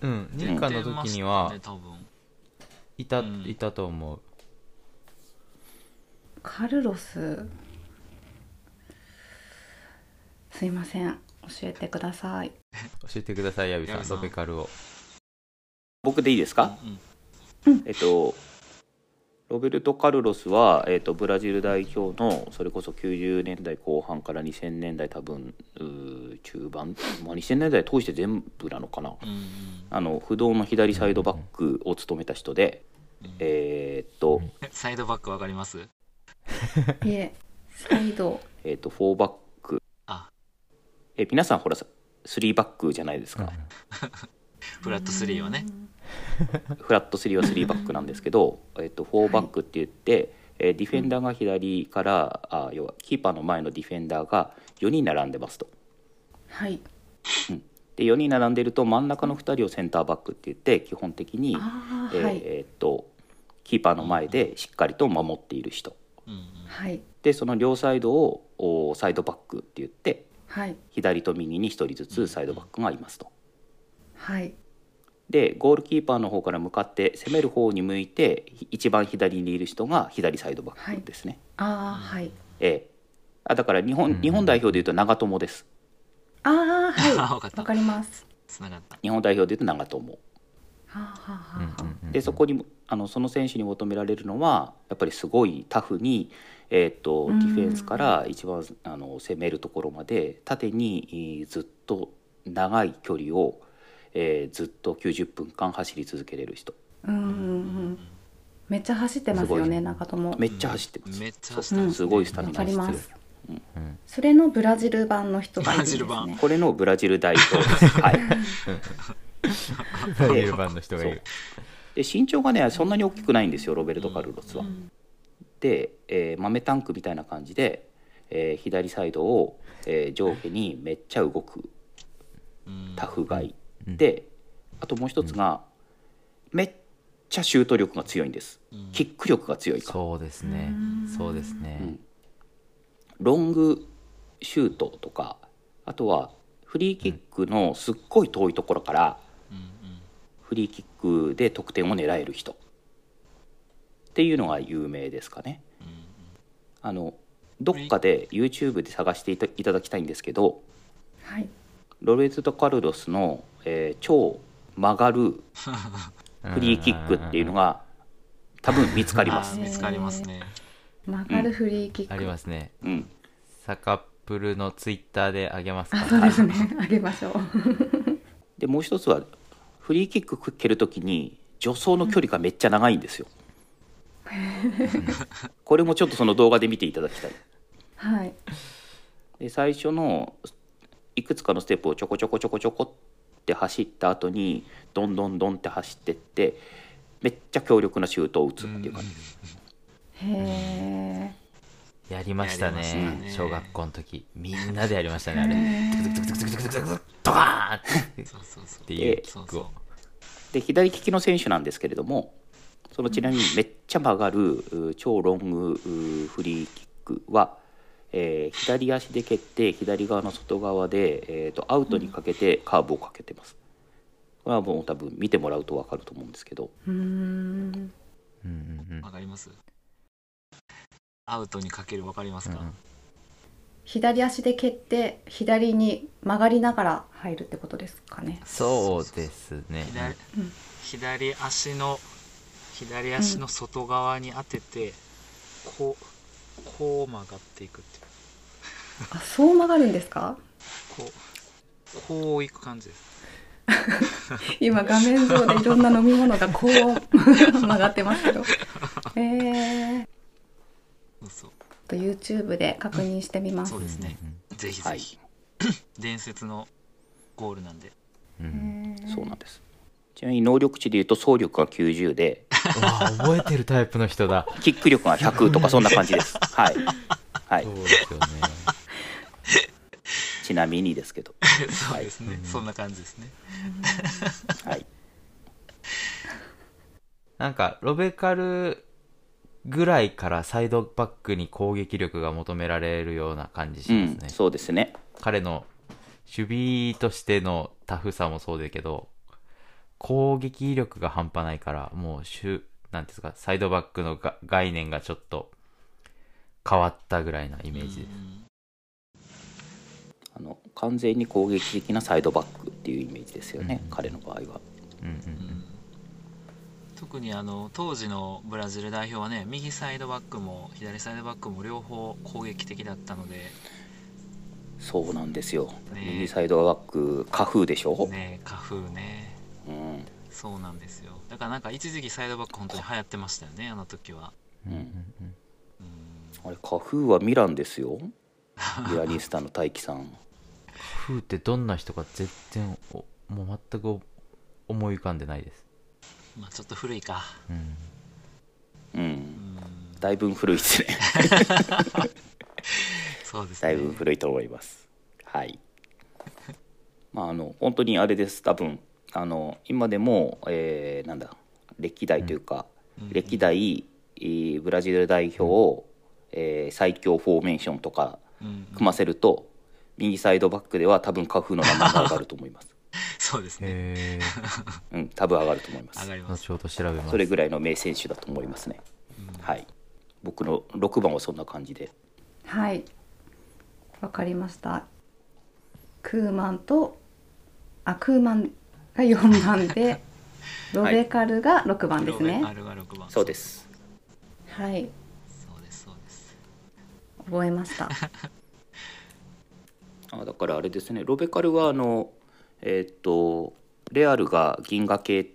[SPEAKER 3] うん、日韓の時には
[SPEAKER 2] 出てましたね多分
[SPEAKER 3] いた,、
[SPEAKER 2] うん
[SPEAKER 3] いたと思う。
[SPEAKER 4] カルロスすいません教えてください
[SPEAKER 3] 教えてください、ヤビさ
[SPEAKER 2] ヤ
[SPEAKER 3] ん、
[SPEAKER 2] ビさん
[SPEAKER 3] ロベカルを。
[SPEAKER 1] 僕でいいですか、
[SPEAKER 2] うんうん
[SPEAKER 1] えっと、ロベルト・カルロスは、えっと、ブラジル代表のそれこそ90年代後半から2000年代多分うー中盤、まあ、2000年代通して全部なのかな
[SPEAKER 2] うんうん
[SPEAKER 1] あの不動の左サイドバックを務めた人で、えーっと,、
[SPEAKER 2] サイドバックわかります
[SPEAKER 4] いえサイド
[SPEAKER 1] えっとフォーバック
[SPEAKER 2] あ
[SPEAKER 1] え皆さんほら3バックじゃないですか、
[SPEAKER 2] フラット3はね
[SPEAKER 1] フラット3は3バックなんですけ ど、えっと、4バックって言って、えーディフェンダーが左から、あ要はキーパーの前のディフェンダーが4人並んでますと。
[SPEAKER 4] はい
[SPEAKER 1] で4人並んでると真ん中の2人をセンターバックって言って基本的に、
[SPEAKER 4] あ
[SPEAKER 1] え
[SPEAKER 4] ー
[SPEAKER 1] ー
[SPEAKER 4] はい
[SPEAKER 1] えーっとキーパーの前でしっかりと守っている人
[SPEAKER 2] うん
[SPEAKER 4] はい
[SPEAKER 1] でその両サイドをおサイドバックって言って
[SPEAKER 4] はい
[SPEAKER 1] 左と右に1人ずつサイドバックがいますと。
[SPEAKER 4] はい
[SPEAKER 1] でゴールキーパーの方から向かって攻める方に向いてひ一番左にいる人が左サイドバックですね。
[SPEAKER 4] ああはい
[SPEAKER 1] ええ、あだから日本,、
[SPEAKER 3] うん
[SPEAKER 1] 日本代表でいうと長友です
[SPEAKER 4] ああ
[SPEAKER 2] うん
[SPEAKER 4] は
[SPEAKER 2] あわかっ
[SPEAKER 4] いわ
[SPEAKER 2] た
[SPEAKER 4] かります
[SPEAKER 2] つながった
[SPEAKER 1] 日本代表でいうと長友
[SPEAKER 4] はあはあ
[SPEAKER 3] うんうん
[SPEAKER 4] はあはあ
[SPEAKER 3] うん
[SPEAKER 1] でそこにもあのその選手に求められるのはやっぱりすごいタフに、えー、と
[SPEAKER 4] う
[SPEAKER 1] デ
[SPEAKER 4] ん
[SPEAKER 1] ィフェンスから一番あの攻めるところまで縦にえーずっと長い距離を、えーずっと90分間走り続けれる人
[SPEAKER 4] うんうんうんめっちゃ走ってますよ
[SPEAKER 1] すご
[SPEAKER 4] ね
[SPEAKER 1] い
[SPEAKER 4] 長友
[SPEAKER 1] めっちゃ走ってます、
[SPEAKER 2] めっちゃ走
[SPEAKER 4] ってます
[SPEAKER 1] そうすごいスタミ
[SPEAKER 4] わ
[SPEAKER 1] ナ
[SPEAKER 4] かりま
[SPEAKER 1] 必
[SPEAKER 4] す
[SPEAKER 1] 要
[SPEAKER 3] うん
[SPEAKER 4] それのブラジル版の人がいるんですね
[SPEAKER 2] ブラジル版
[SPEAKER 1] これのブラジル代表です、はい、
[SPEAKER 3] ロベル版の人がいる。
[SPEAKER 1] で身長がねそんなに大きくないんですよロベルト・カルロスは。で、えー豆タンクみたいな感じで、えー左サイドを、えー上下にめっちゃ動く
[SPEAKER 2] うん
[SPEAKER 1] タフガイ、
[SPEAKER 3] うん
[SPEAKER 1] であともう一つが、めっちゃシュート力が強いんです、
[SPEAKER 2] うん
[SPEAKER 1] キック力が強いか、
[SPEAKER 3] そうですね。そうですね。
[SPEAKER 1] うんロングシュートとかあとはフリーキックのすっごい遠いところから、
[SPEAKER 2] うん
[SPEAKER 1] フリーキックで得点を狙える人っていうのが有名ですかね。あのどっかで YouTube で探していたいただきたいんですけど
[SPEAKER 4] はい
[SPEAKER 1] ロベルト・カルロスの、えー超曲がるフリーキックっていうのが多分見つか
[SPEAKER 2] あ
[SPEAKER 1] ります。
[SPEAKER 2] ー見つかりますね
[SPEAKER 4] 曲がるフリーキック、
[SPEAKER 3] ありますね。
[SPEAKER 1] うん、
[SPEAKER 3] サカップルのツイッターであげますか。
[SPEAKER 4] そうですねあげましょう
[SPEAKER 1] でもう一つはフリーキック蹴るときに助走の距離がめっちゃ長いんですよ、これもちょっとその動画で見ていただきたい
[SPEAKER 4] はい
[SPEAKER 1] で最初のいくつかのステップをちょこちょこちょこちょこって走った後にどんどんどんって走ってってめっちゃ強力なシュートを打つっていう感じです、
[SPEAKER 4] へえ
[SPEAKER 3] やりましたね
[SPEAKER 2] やりましたね
[SPEAKER 3] 小学校の時みんなでやりましたねあれトゥクトゥクトゥクトゥクトゥクトゥクトゥクドカーンっ
[SPEAKER 2] そうそうそう
[SPEAKER 3] ていうキックを
[SPEAKER 1] で左利きの選手なんですけれどもそのちなみにめっちゃ曲がるうー超ロングうーフリーキックは、えー左足で蹴って左側の外側で、えー、とアウトにかけてカーブをかけてます。これはもう多分見てもらうと分かると思うんですけど
[SPEAKER 4] うーん
[SPEAKER 3] うんうん
[SPEAKER 2] わかりますアウトにかけるわかります
[SPEAKER 3] うん
[SPEAKER 2] か、
[SPEAKER 3] うん
[SPEAKER 4] 左足で蹴って左に曲がりながら入るってことですかね
[SPEAKER 3] そうですね
[SPEAKER 2] 左
[SPEAKER 4] うん
[SPEAKER 2] 左足の左足の外側に当てて、こうこう曲がっていくっていう
[SPEAKER 4] あそう曲がるんですか
[SPEAKER 2] こうこういく感じです
[SPEAKER 4] 今画面上でいろんな飲み物がこう 曲がってますけどえー、
[SPEAKER 2] そうそう
[SPEAKER 4] と YouTube で確認してみます
[SPEAKER 2] そうですね、ぜひぜひ、 伝説のゴールなんで
[SPEAKER 3] うんう
[SPEAKER 4] え
[SPEAKER 3] ん
[SPEAKER 4] ー
[SPEAKER 1] そうなんですちなみに能力値でいうと走力が90で
[SPEAKER 3] うわ覚えてるタイプの人だ
[SPEAKER 1] キック力が100とかそんな感じですはい、はい
[SPEAKER 3] そ、うですよね
[SPEAKER 1] ちなみにですけど、
[SPEAKER 2] そうですね、そんな感じですね
[SPEAKER 1] はい、
[SPEAKER 3] なんかロベカルぐらいからサイドバックに攻撃力が求められるような感じし
[SPEAKER 1] う
[SPEAKER 3] ます
[SPEAKER 1] ん
[SPEAKER 3] ね、
[SPEAKER 1] そうですね
[SPEAKER 3] 彼の守備としてのタフさもそうだけど、攻撃力が半端ないから、もうシュ、なんていうんですか、サイドバックのが概念がちょっと変わったぐらいなイメージです。
[SPEAKER 1] あの完全に攻撃的なサイドバックっていうイメージですよね、彼の場合は。
[SPEAKER 3] うんう
[SPEAKER 2] う
[SPEAKER 3] ん
[SPEAKER 2] んうん特にあの当時のブラジル代表はね右サイドバックも左サイドバックも両方攻撃的だったので
[SPEAKER 1] そうなんですよ、
[SPEAKER 2] ね
[SPEAKER 1] 右サイドバック、カフーでしょ、
[SPEAKER 2] ね花風ね
[SPEAKER 1] うん、
[SPEAKER 2] そうなんですよだからなんか一時期サイドバック本当に流行ってましたよねあの時は
[SPEAKER 3] うん。うんうん
[SPEAKER 2] うん
[SPEAKER 1] あれ、カフーはミランです よ、ミラニスタの大輝さん。
[SPEAKER 3] フーってどんな人か全然お、もう全く思い浮かんでないです。
[SPEAKER 2] まあちょっと古いか
[SPEAKER 3] うん。
[SPEAKER 1] うん、
[SPEAKER 2] うん
[SPEAKER 1] だいぶ古いですね、
[SPEAKER 2] そうです
[SPEAKER 1] だ
[SPEAKER 2] ね
[SPEAKER 1] いぶ古いと思います。はいまあ、あの本当にあれです、多分あの今でも、えーなんだ、歴代というか、
[SPEAKER 2] うん
[SPEAKER 1] 歴代えーブラジル代表を、えー最強フォーメーションとか
[SPEAKER 2] うん
[SPEAKER 1] 組ませると右サイドバックでは多分カフーの名前が上がると思い ます。
[SPEAKER 2] そうですね
[SPEAKER 3] へ
[SPEAKER 1] うん、多分上がると思いま
[SPEAKER 2] 上
[SPEAKER 1] す
[SPEAKER 2] が。り
[SPEAKER 3] ー。
[SPEAKER 2] ます
[SPEAKER 3] 後ほど調べます。
[SPEAKER 1] それぐらいの名選手だと思いますね。はい。僕の6番はそんな感じで。
[SPEAKER 4] はいわかりましたクーマンとあクーマンが4番 でロベカルが6番ですね
[SPEAKER 2] ロベアルが6番
[SPEAKER 1] そうです。
[SPEAKER 4] はい
[SPEAKER 2] そうですそうです
[SPEAKER 4] 覚え ました
[SPEAKER 1] あだからあれですね、ロベカルはあの、えーっと、レアルが銀河系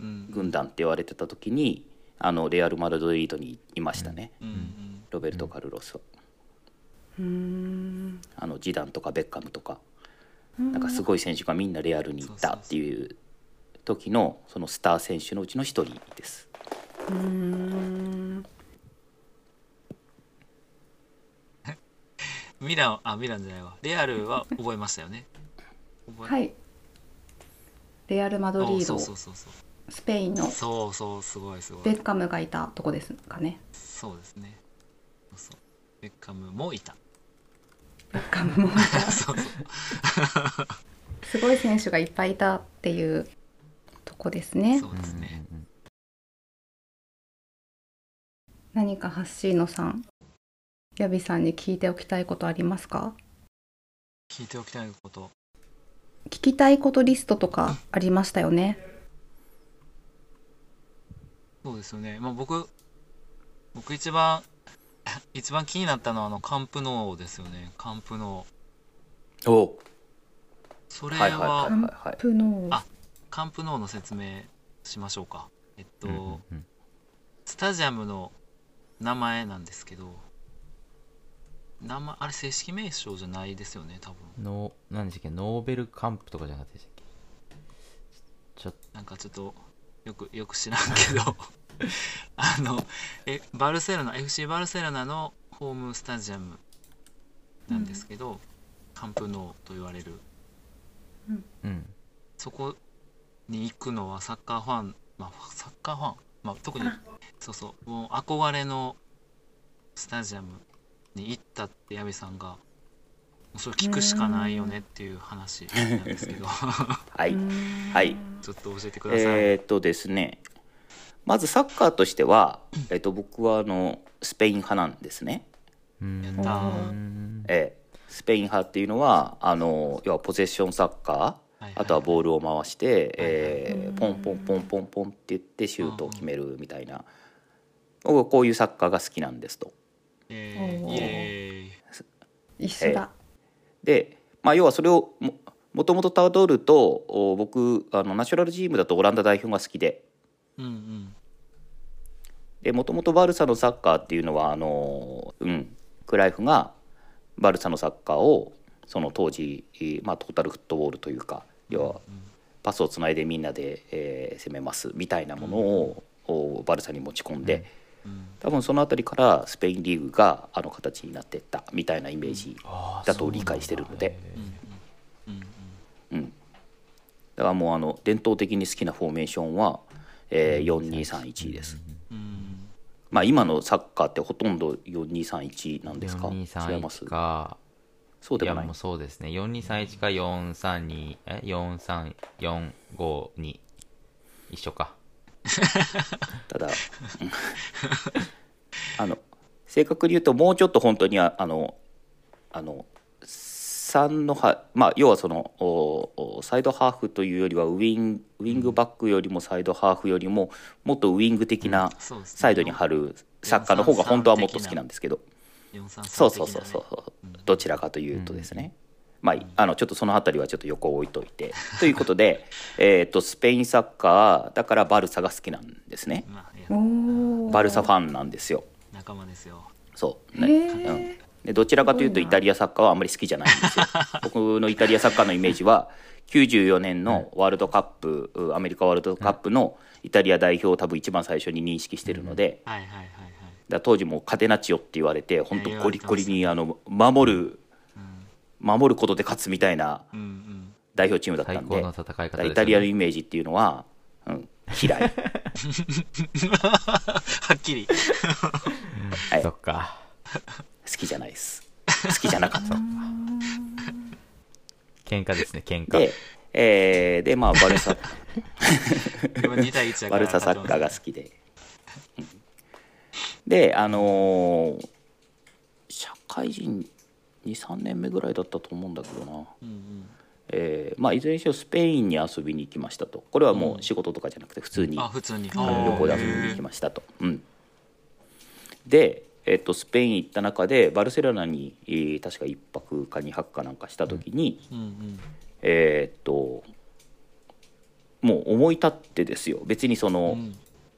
[SPEAKER 2] うん
[SPEAKER 1] 軍団って言われてた時に、あのレアル・マルドリードにいましたね、
[SPEAKER 2] うんうん
[SPEAKER 1] ロベルト・カルロスは。
[SPEAKER 4] うーん
[SPEAKER 1] あのジダンとかベッカムとか、なんかすごい選手がみんなレアルに行ったっていう時のそのスター選手のうちの一人です。
[SPEAKER 4] うーん
[SPEAKER 2] ミランあミランじゃないわレアルは覚えましたよね覚え
[SPEAKER 4] はいレアル・マドリー
[SPEAKER 2] そ
[SPEAKER 4] ド
[SPEAKER 2] うそうそうそう
[SPEAKER 4] スペインの
[SPEAKER 2] そうそうすごいすご
[SPEAKER 4] ベ
[SPEAKER 2] い
[SPEAKER 4] ッカムがいたとこですかね
[SPEAKER 2] そうですねそうそうベッカムもいた
[SPEAKER 4] ベッカムも
[SPEAKER 2] そうそう
[SPEAKER 4] すごい選手がいっぱいいたっていうとこですね
[SPEAKER 2] そうですね
[SPEAKER 3] うんうん
[SPEAKER 4] 何かハッシーノさんヤビさんに聞いておきたいことありますか
[SPEAKER 2] 聞いておきたいこと
[SPEAKER 4] 聞きたいことリストとかありましたよね
[SPEAKER 2] そうですよねまあ僕僕一番 一番気になったのはあのカンプノーですよねカンプノー
[SPEAKER 1] お
[SPEAKER 2] それ
[SPEAKER 1] はいはいはい
[SPEAKER 2] は
[SPEAKER 1] はいはい
[SPEAKER 4] プノー
[SPEAKER 2] あカンプノーの説明しましょうかえっと、
[SPEAKER 3] うんうんうん
[SPEAKER 2] スタジアムの名前なんですけど名前あれ正式名称じゃないですよね多分
[SPEAKER 3] ノー何でしたっけノーベルカンプとかじゃなかったでしたっけちょっ
[SPEAKER 2] なんかちょっとよくよく知らんけど あのえバルセロナ FC バルセロナのホームスタジアムなんですけど、カンプノーと言われる
[SPEAKER 3] うん
[SPEAKER 2] そこに行くのはサッカーファン、まあ、サッカーファン、まあ、特に
[SPEAKER 4] あ
[SPEAKER 2] そうそうもう憧れのスタジアムに行ったって矢部さんがもうそれ聞くしかないよねっていう話なんですけど
[SPEAKER 1] は
[SPEAKER 4] う
[SPEAKER 1] い
[SPEAKER 4] ーん
[SPEAKER 1] はい
[SPEAKER 2] ちょっと教えてください、
[SPEAKER 1] えーっとですねまずサッカーとしては、えっと僕はあのスペイン派なんですね、
[SPEAKER 3] う
[SPEAKER 2] やっ
[SPEAKER 3] ん
[SPEAKER 2] たー
[SPEAKER 4] う
[SPEAKER 3] うん
[SPEAKER 1] ええスペイン派っていうのはあの要はポゼッションサッカー
[SPEAKER 2] いいい
[SPEAKER 1] あとはボールを回して、
[SPEAKER 4] う
[SPEAKER 1] え
[SPEAKER 4] ん
[SPEAKER 1] ーポンポンポンポンポンって言ってシュートを決めるみたいな僕はこういうサッカーが好きなんですと。
[SPEAKER 2] えー
[SPEAKER 4] おー
[SPEAKER 2] イエーイ
[SPEAKER 4] 一緒だ。
[SPEAKER 1] で、まあ、要はそれをももともとたどるとお僕あのナショナルチームだとオランダ代表が好きで
[SPEAKER 2] うんうん
[SPEAKER 1] でもともとバルサのサッカーっていうのはあの、うん、クライフがバルサのサッカーをその当時、えーまあ、トータルフットボールというか要はパスをつないでみんなで、えー攻めますみたいなものを、おバルサに持ち込んで、
[SPEAKER 2] うん
[SPEAKER 1] 多分その辺りからスペインリーグがあの形になっていったみたいなイメージ
[SPEAKER 3] あー
[SPEAKER 1] だと理解してるので。
[SPEAKER 3] そう
[SPEAKER 2] う
[SPEAKER 3] なん
[SPEAKER 2] ん
[SPEAKER 3] だ
[SPEAKER 2] うん
[SPEAKER 1] うん、だからもうあの伝統的に好きなフォーメーションは、えー、4231です、
[SPEAKER 2] うんうん
[SPEAKER 1] まあ今のサッカーってほとんど4231なんですか違います
[SPEAKER 3] 4231か
[SPEAKER 1] そう
[SPEAKER 3] い
[SPEAKER 1] で
[SPEAKER 3] や
[SPEAKER 1] もない
[SPEAKER 3] もうそうですね4231か432え43452一緒か
[SPEAKER 1] ただうん あの正確に言うともうちょっと本当にああのあの3のはまあ要はそのおおサイドハーフというよりはウィンウィングバックよりもサイドハーフよりももっとウィング的な
[SPEAKER 2] そうですね
[SPEAKER 1] サイドに張るサッカーの方が本当はもっと好きなんですけど
[SPEAKER 2] 433
[SPEAKER 1] そうそうそうそうそ
[SPEAKER 2] 的
[SPEAKER 1] う
[SPEAKER 2] うん
[SPEAKER 1] どちらかというとですね、まあいあのちょっとその辺りはちょっと横置いといて ということでえーとスペインサッカーだからバルサが好きなんですね
[SPEAKER 2] なねまあいや
[SPEAKER 4] おお。
[SPEAKER 1] バルサファンなんですよ
[SPEAKER 2] 仲間ですよ
[SPEAKER 1] そう、
[SPEAKER 4] へ
[SPEAKER 1] ね
[SPEAKER 4] え。
[SPEAKER 1] でどちらかというと
[SPEAKER 4] すごい
[SPEAKER 1] イ
[SPEAKER 4] な
[SPEAKER 1] タリアサッカーはあんまり好きじゃないん ですよ僕のイタリアサッカーのイメージは94年のワールドカップうアメリカワールドカップのイタリア代表を多分一番最初に認識してるので、
[SPEAKER 2] はいはいはいはい
[SPEAKER 1] だから当時もうカテナチオって言われて本当
[SPEAKER 2] いや
[SPEAKER 1] ゴリゴリにあの守る守ることで勝つみたいな
[SPEAKER 2] うんうん
[SPEAKER 1] 代表チームだった
[SPEAKER 3] 最
[SPEAKER 1] ん
[SPEAKER 3] 高
[SPEAKER 1] で
[SPEAKER 3] の戦い方
[SPEAKER 1] だから
[SPEAKER 3] ですよね
[SPEAKER 1] イタリアのイメージっていうのは、うん、嫌い、
[SPEAKER 2] は っきり。
[SPEAKER 1] はい
[SPEAKER 3] そ
[SPEAKER 1] 好
[SPEAKER 3] っか
[SPEAKER 1] きじゃないです好きじゃなかった
[SPEAKER 3] 喧嘩ですね喧嘩
[SPEAKER 1] で、えーでまあバル サ
[SPEAKER 2] 2対1 やか
[SPEAKER 1] バ
[SPEAKER 2] ら
[SPEAKER 1] ルササッカーが好きで、うんであのー社会人23年目ぐらいだったと思うんだけどな
[SPEAKER 2] うんうん
[SPEAKER 1] えーまあ、いずれにしろスペインに遊びに行きましたとこれはもう仕事とかじゃなくて普通に
[SPEAKER 2] あ、普通に。
[SPEAKER 1] あの旅行で遊びに行きましたと。うん、で、えっと、スペイン行った中でバルセロナに、えー確か1泊か2泊かなんかした時に、
[SPEAKER 2] うんうん。
[SPEAKER 1] えーっともう思い立ってですよ別にその、
[SPEAKER 2] うん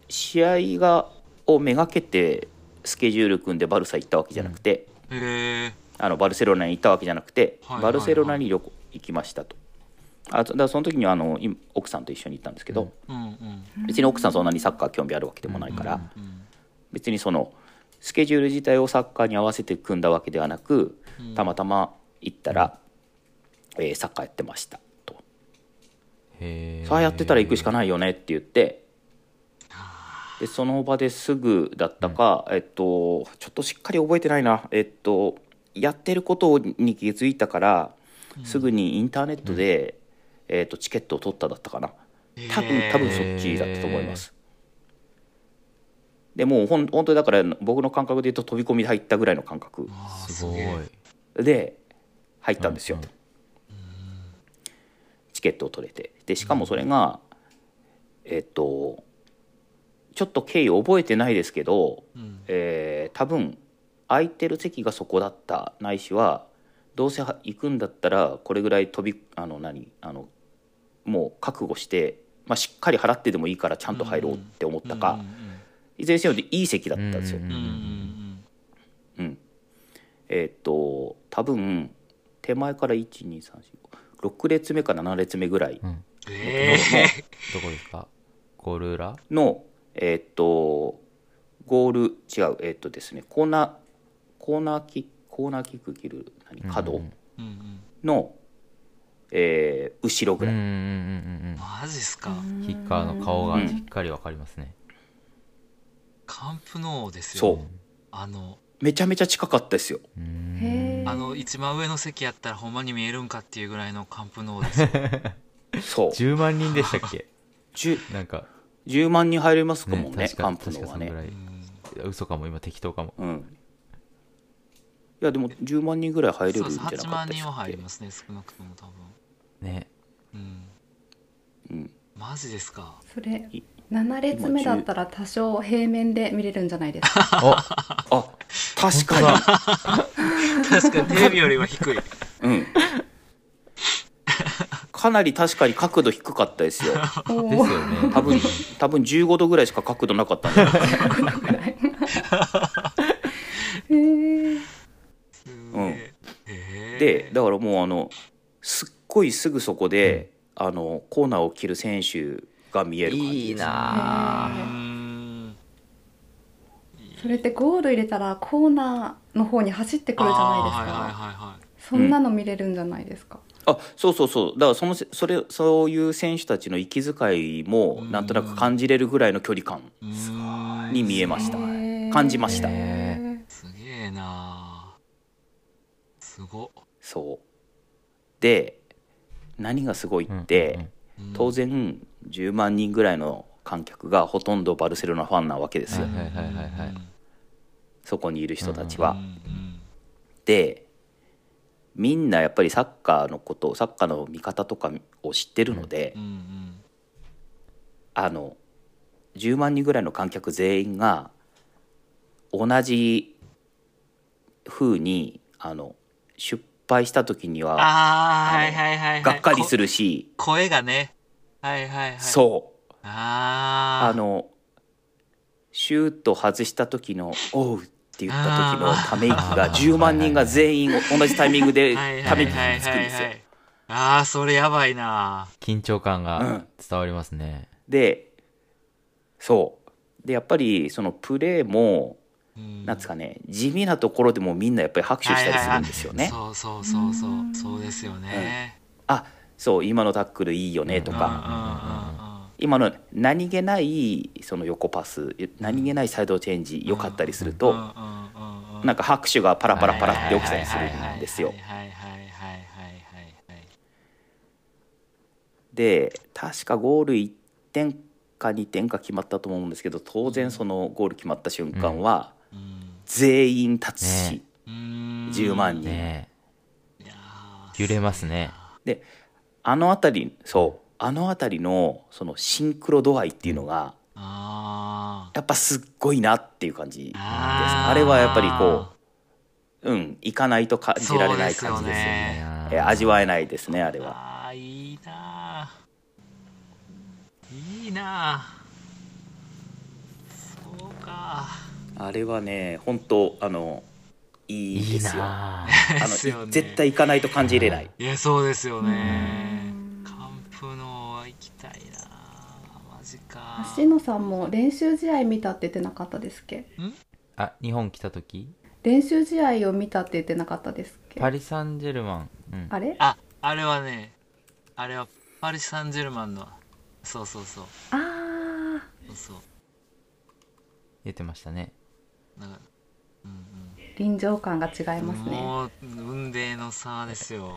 [SPEAKER 1] 試合がをめがけてスケジュール組んでバルサ行ったわけじゃなくて、
[SPEAKER 2] へえ。
[SPEAKER 1] あのバルセロナに行ったわけじゃなくて、
[SPEAKER 2] はいはいは
[SPEAKER 1] バ
[SPEAKER 2] い
[SPEAKER 1] ルセロナに旅行行きましたと。あそだからその時にはあの今奥さんと一緒に行ったんですけど、
[SPEAKER 2] うんうん。
[SPEAKER 1] 別に奥さんそんなにサッカー興味あるわけでもないから、
[SPEAKER 2] うん
[SPEAKER 1] 別にそのスケジュール自体をサッカーに合わせて組んだわけではなく
[SPEAKER 2] うん
[SPEAKER 1] たまたま行ったら、えーサッカーやってましたと、
[SPEAKER 3] へー
[SPEAKER 1] さあやってたら行くしかないよねって言ってでその場ですぐだったか、えっとちょっとしっかり覚えてないなえっとやってることに気づいたから、すぐにインターネットで、えっとチケットを取っただったかな多分多分そっちだったと思います。でもうほん本当にだから僕の感覚で言うと飛び込み入ったぐらいの感覚
[SPEAKER 2] あー
[SPEAKER 3] すごい
[SPEAKER 2] げえ
[SPEAKER 1] で入ったんですよ、
[SPEAKER 3] うんうん
[SPEAKER 1] チケットを取れてでしかもそれが、えっとちょっと経緯覚えてないですけど、
[SPEAKER 2] うん
[SPEAKER 1] えー多分空いてる席がそこだったないしはどうせは行くんだったらこれぐらい飛びあの何あのもう覚悟して、まあ、しっかり払ってでもいいからちゃんと入ろうって思ったか、いずれにせよいい席だったんですよ。
[SPEAKER 3] うん
[SPEAKER 2] うんうんうん
[SPEAKER 1] うん、えーっと多分手前から12346列目か7列目ぐらい
[SPEAKER 3] うん。
[SPEAKER 2] ええ
[SPEAKER 3] どこですかゴール裏
[SPEAKER 1] のえーっとゴール違うえーっとですねコーナーコーナーキックコーナーキック切る何角
[SPEAKER 3] うん
[SPEAKER 2] うんうん
[SPEAKER 1] の、えー後ろぐ
[SPEAKER 3] うんう
[SPEAKER 1] らい、
[SPEAKER 3] んうんうん
[SPEAKER 2] マジっすか、
[SPEAKER 3] うん。ヒッカーの顔が
[SPEAKER 1] うん
[SPEAKER 3] しっかりわかりますね。
[SPEAKER 2] カンプノーですよ
[SPEAKER 1] そう
[SPEAKER 2] あの
[SPEAKER 1] めちゃめちゃ近かったですよ
[SPEAKER 3] うー
[SPEAKER 4] へ
[SPEAKER 3] ん
[SPEAKER 4] ー
[SPEAKER 2] あの一番上の席やったらほんまに見えるんかっていうぐらいのカンプノーです
[SPEAKER 1] そ
[SPEAKER 2] よ
[SPEAKER 1] う
[SPEAKER 3] 10万人でした っけ
[SPEAKER 1] 10,
[SPEAKER 3] なんか、
[SPEAKER 1] 10万人入れますかも
[SPEAKER 3] ね、
[SPEAKER 1] んね
[SPEAKER 3] 確
[SPEAKER 1] カ
[SPEAKER 3] か
[SPEAKER 1] ン
[SPEAKER 3] に
[SPEAKER 1] プ
[SPEAKER 3] 確
[SPEAKER 1] のは
[SPEAKER 3] かその
[SPEAKER 1] ね
[SPEAKER 3] ぐら
[SPEAKER 2] う
[SPEAKER 3] い。
[SPEAKER 2] ん
[SPEAKER 3] 嘘かも、今適当かも。
[SPEAKER 1] うんいやでも10万人ぐらい入れ
[SPEAKER 2] そ
[SPEAKER 1] る
[SPEAKER 2] うんで
[SPEAKER 1] じ
[SPEAKER 2] す
[SPEAKER 1] ゃなかった
[SPEAKER 2] 8万
[SPEAKER 1] でし
[SPEAKER 2] 人
[SPEAKER 1] たっ
[SPEAKER 2] は入
[SPEAKER 1] け
[SPEAKER 2] りますね少なくとも多分
[SPEAKER 3] ね。
[SPEAKER 2] うん
[SPEAKER 1] うん
[SPEAKER 2] マジですか
[SPEAKER 4] それ7列目だったら多少平面で見れるんじゃないですか。
[SPEAKER 3] お
[SPEAKER 1] あ確か に
[SPEAKER 2] 確かにテレビよりは低い
[SPEAKER 1] うん、 かなり確かに角度低かったです よ
[SPEAKER 4] お
[SPEAKER 3] で す
[SPEAKER 4] お。
[SPEAKER 3] よね。
[SPEAKER 1] 多分多分15度ぐらいしか角度なかったん だよ
[SPEAKER 4] へー
[SPEAKER 2] すげええー
[SPEAKER 1] でだからもうあのすっごいすぐそこで、あのコーナーを切る選手が見える感じです
[SPEAKER 3] いいな
[SPEAKER 2] う
[SPEAKER 3] ぁ
[SPEAKER 2] ーん
[SPEAKER 4] それってゴール入れたらコーナーの方に走ってくるじゃないですか。
[SPEAKER 2] あーはいはいはいはい
[SPEAKER 4] そんなの見れるんじゃないですか。
[SPEAKER 1] あそうそうそうだからそのせそれそういう選手たちの息遣いも
[SPEAKER 2] うん
[SPEAKER 1] なんとなく感じれるぐらいの距離感
[SPEAKER 2] うーん
[SPEAKER 1] に見えました、
[SPEAKER 4] へー
[SPEAKER 1] 感じました
[SPEAKER 4] へー
[SPEAKER 2] すげえなあすごっ
[SPEAKER 1] そうで何がすごいって、
[SPEAKER 3] うんうん
[SPEAKER 2] うん
[SPEAKER 1] 当然10万人ぐらいの観客がほとんどバルセロナファンなわけですよ、
[SPEAKER 3] はいはいはいはいはい
[SPEAKER 1] そこにいる人たちは。
[SPEAKER 2] うんうん
[SPEAKER 1] でみんなやっぱりサッカーのことサッカーの見方とかを知ってるので、
[SPEAKER 2] うんうん
[SPEAKER 1] あの10万人ぐらいの観客全員が同じ風にあの失敗した時には
[SPEAKER 2] ああ
[SPEAKER 1] あの
[SPEAKER 2] はいはいはいはい
[SPEAKER 1] がっかりす
[SPEAKER 2] る
[SPEAKER 1] るし、
[SPEAKER 2] 声がねはいはいはい
[SPEAKER 1] そう
[SPEAKER 2] ああ
[SPEAKER 1] あのシュート外した時の「おう」って言った時のため息
[SPEAKER 3] あー
[SPEAKER 1] が10万人が全員同じタイミングで
[SPEAKER 2] はい
[SPEAKER 1] た
[SPEAKER 2] は
[SPEAKER 1] め
[SPEAKER 2] い
[SPEAKER 1] 息
[SPEAKER 2] はい
[SPEAKER 1] がつくん
[SPEAKER 2] は
[SPEAKER 1] で
[SPEAKER 2] い
[SPEAKER 1] す
[SPEAKER 2] は
[SPEAKER 1] よ。
[SPEAKER 2] いああそれやばいな
[SPEAKER 3] 緊張感
[SPEAKER 1] う
[SPEAKER 3] が
[SPEAKER 1] ん
[SPEAKER 3] 伝わりますね。
[SPEAKER 1] でそうでやっぱりそのプレーも
[SPEAKER 2] うん
[SPEAKER 1] なんつうかね地味なところでもみんなやっぱり拍手したりするんですよね。
[SPEAKER 2] そうそうそうそううんそうですよね
[SPEAKER 1] あそう今のタックルいいよねと
[SPEAKER 2] と
[SPEAKER 1] か。今の何気ないその横パス何気ないサイドチェンジ良かったりするとなんか拍手がパラパラパラって起きたりするんですよ
[SPEAKER 2] はい。はいはいはいはいはいはい
[SPEAKER 1] で確かゴール1点か2点か決まったと思うんですけど当然そのゴール決まった瞬間は
[SPEAKER 2] うん
[SPEAKER 1] 全員立つし、
[SPEAKER 3] ね
[SPEAKER 2] うーん
[SPEAKER 1] 10万人、
[SPEAKER 3] ね
[SPEAKER 2] いやー
[SPEAKER 3] 揺れますね。
[SPEAKER 1] あの辺りそうあの辺りのそのシンクロ度合いっていうのが
[SPEAKER 2] あー
[SPEAKER 1] やっぱすっごいなっていう感じです
[SPEAKER 2] あー
[SPEAKER 1] あれはやっぱりこううん行かないと感じられない感じですよ
[SPEAKER 2] そうですよね
[SPEAKER 1] ね
[SPEAKER 3] いやー
[SPEAKER 1] えー味わえないですねあれは
[SPEAKER 2] あーいいなあいいなあそうか
[SPEAKER 1] あれはね本当あのいい
[SPEAKER 3] い
[SPEAKER 1] で
[SPEAKER 3] い
[SPEAKER 1] すよ
[SPEAKER 3] な
[SPEAKER 1] あの
[SPEAKER 2] ですよね
[SPEAKER 1] 絶対行かないと感じれない
[SPEAKER 2] いやそうですよね
[SPEAKER 4] うん
[SPEAKER 2] カンプノーは行きたいなあマジか
[SPEAKER 4] 芦野さんも練習試合見たって言ってなかったですっけ
[SPEAKER 3] ああ日本来た時
[SPEAKER 4] 練習試合を見たって言ってなかったですっけ
[SPEAKER 3] パリ・サンジェルマン、うん
[SPEAKER 4] あれ
[SPEAKER 2] ああれはねあれはパリ・サンジェルマンのそうそうそう
[SPEAKER 4] あー
[SPEAKER 2] そうそう
[SPEAKER 3] 言ってましたね
[SPEAKER 2] なんかうん
[SPEAKER 4] 臨場感が違い
[SPEAKER 2] うん、
[SPEAKER 4] ますね
[SPEAKER 2] もう運命の差ですよ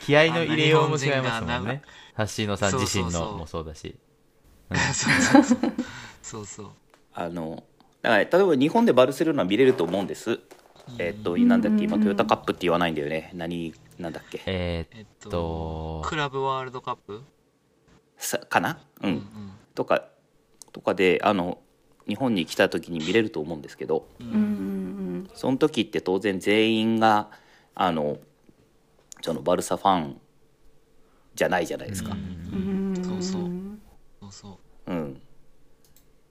[SPEAKER 3] 気合の入れようも違います
[SPEAKER 2] あ日本人が
[SPEAKER 3] もん
[SPEAKER 2] な
[SPEAKER 3] ね橋野さん自身
[SPEAKER 2] そうそうそ
[SPEAKER 3] の
[SPEAKER 2] う
[SPEAKER 3] もそうだし
[SPEAKER 2] そうそうそうそうそう
[SPEAKER 1] あのだから例えば日本でバルセロナ見れると思うんです。えっとなんだっけ今
[SPEAKER 4] うん
[SPEAKER 1] トヨタカップって言わないんだよね。何なんだっけ
[SPEAKER 3] えー
[SPEAKER 2] えっ
[SPEAKER 3] っ
[SPEAKER 2] と
[SPEAKER 3] と
[SPEAKER 2] クラブワールドカップ
[SPEAKER 1] さかな？う
[SPEAKER 2] うん
[SPEAKER 1] とかとかであの日本に来た時に見れると思うんですけど、
[SPEAKER 2] うんう
[SPEAKER 4] うんうん
[SPEAKER 2] ん
[SPEAKER 4] うん
[SPEAKER 1] その時って当然全員があのそのバルサファンじゃないじゃないですか。
[SPEAKER 2] うんそうそうそうそ
[SPEAKER 1] うん、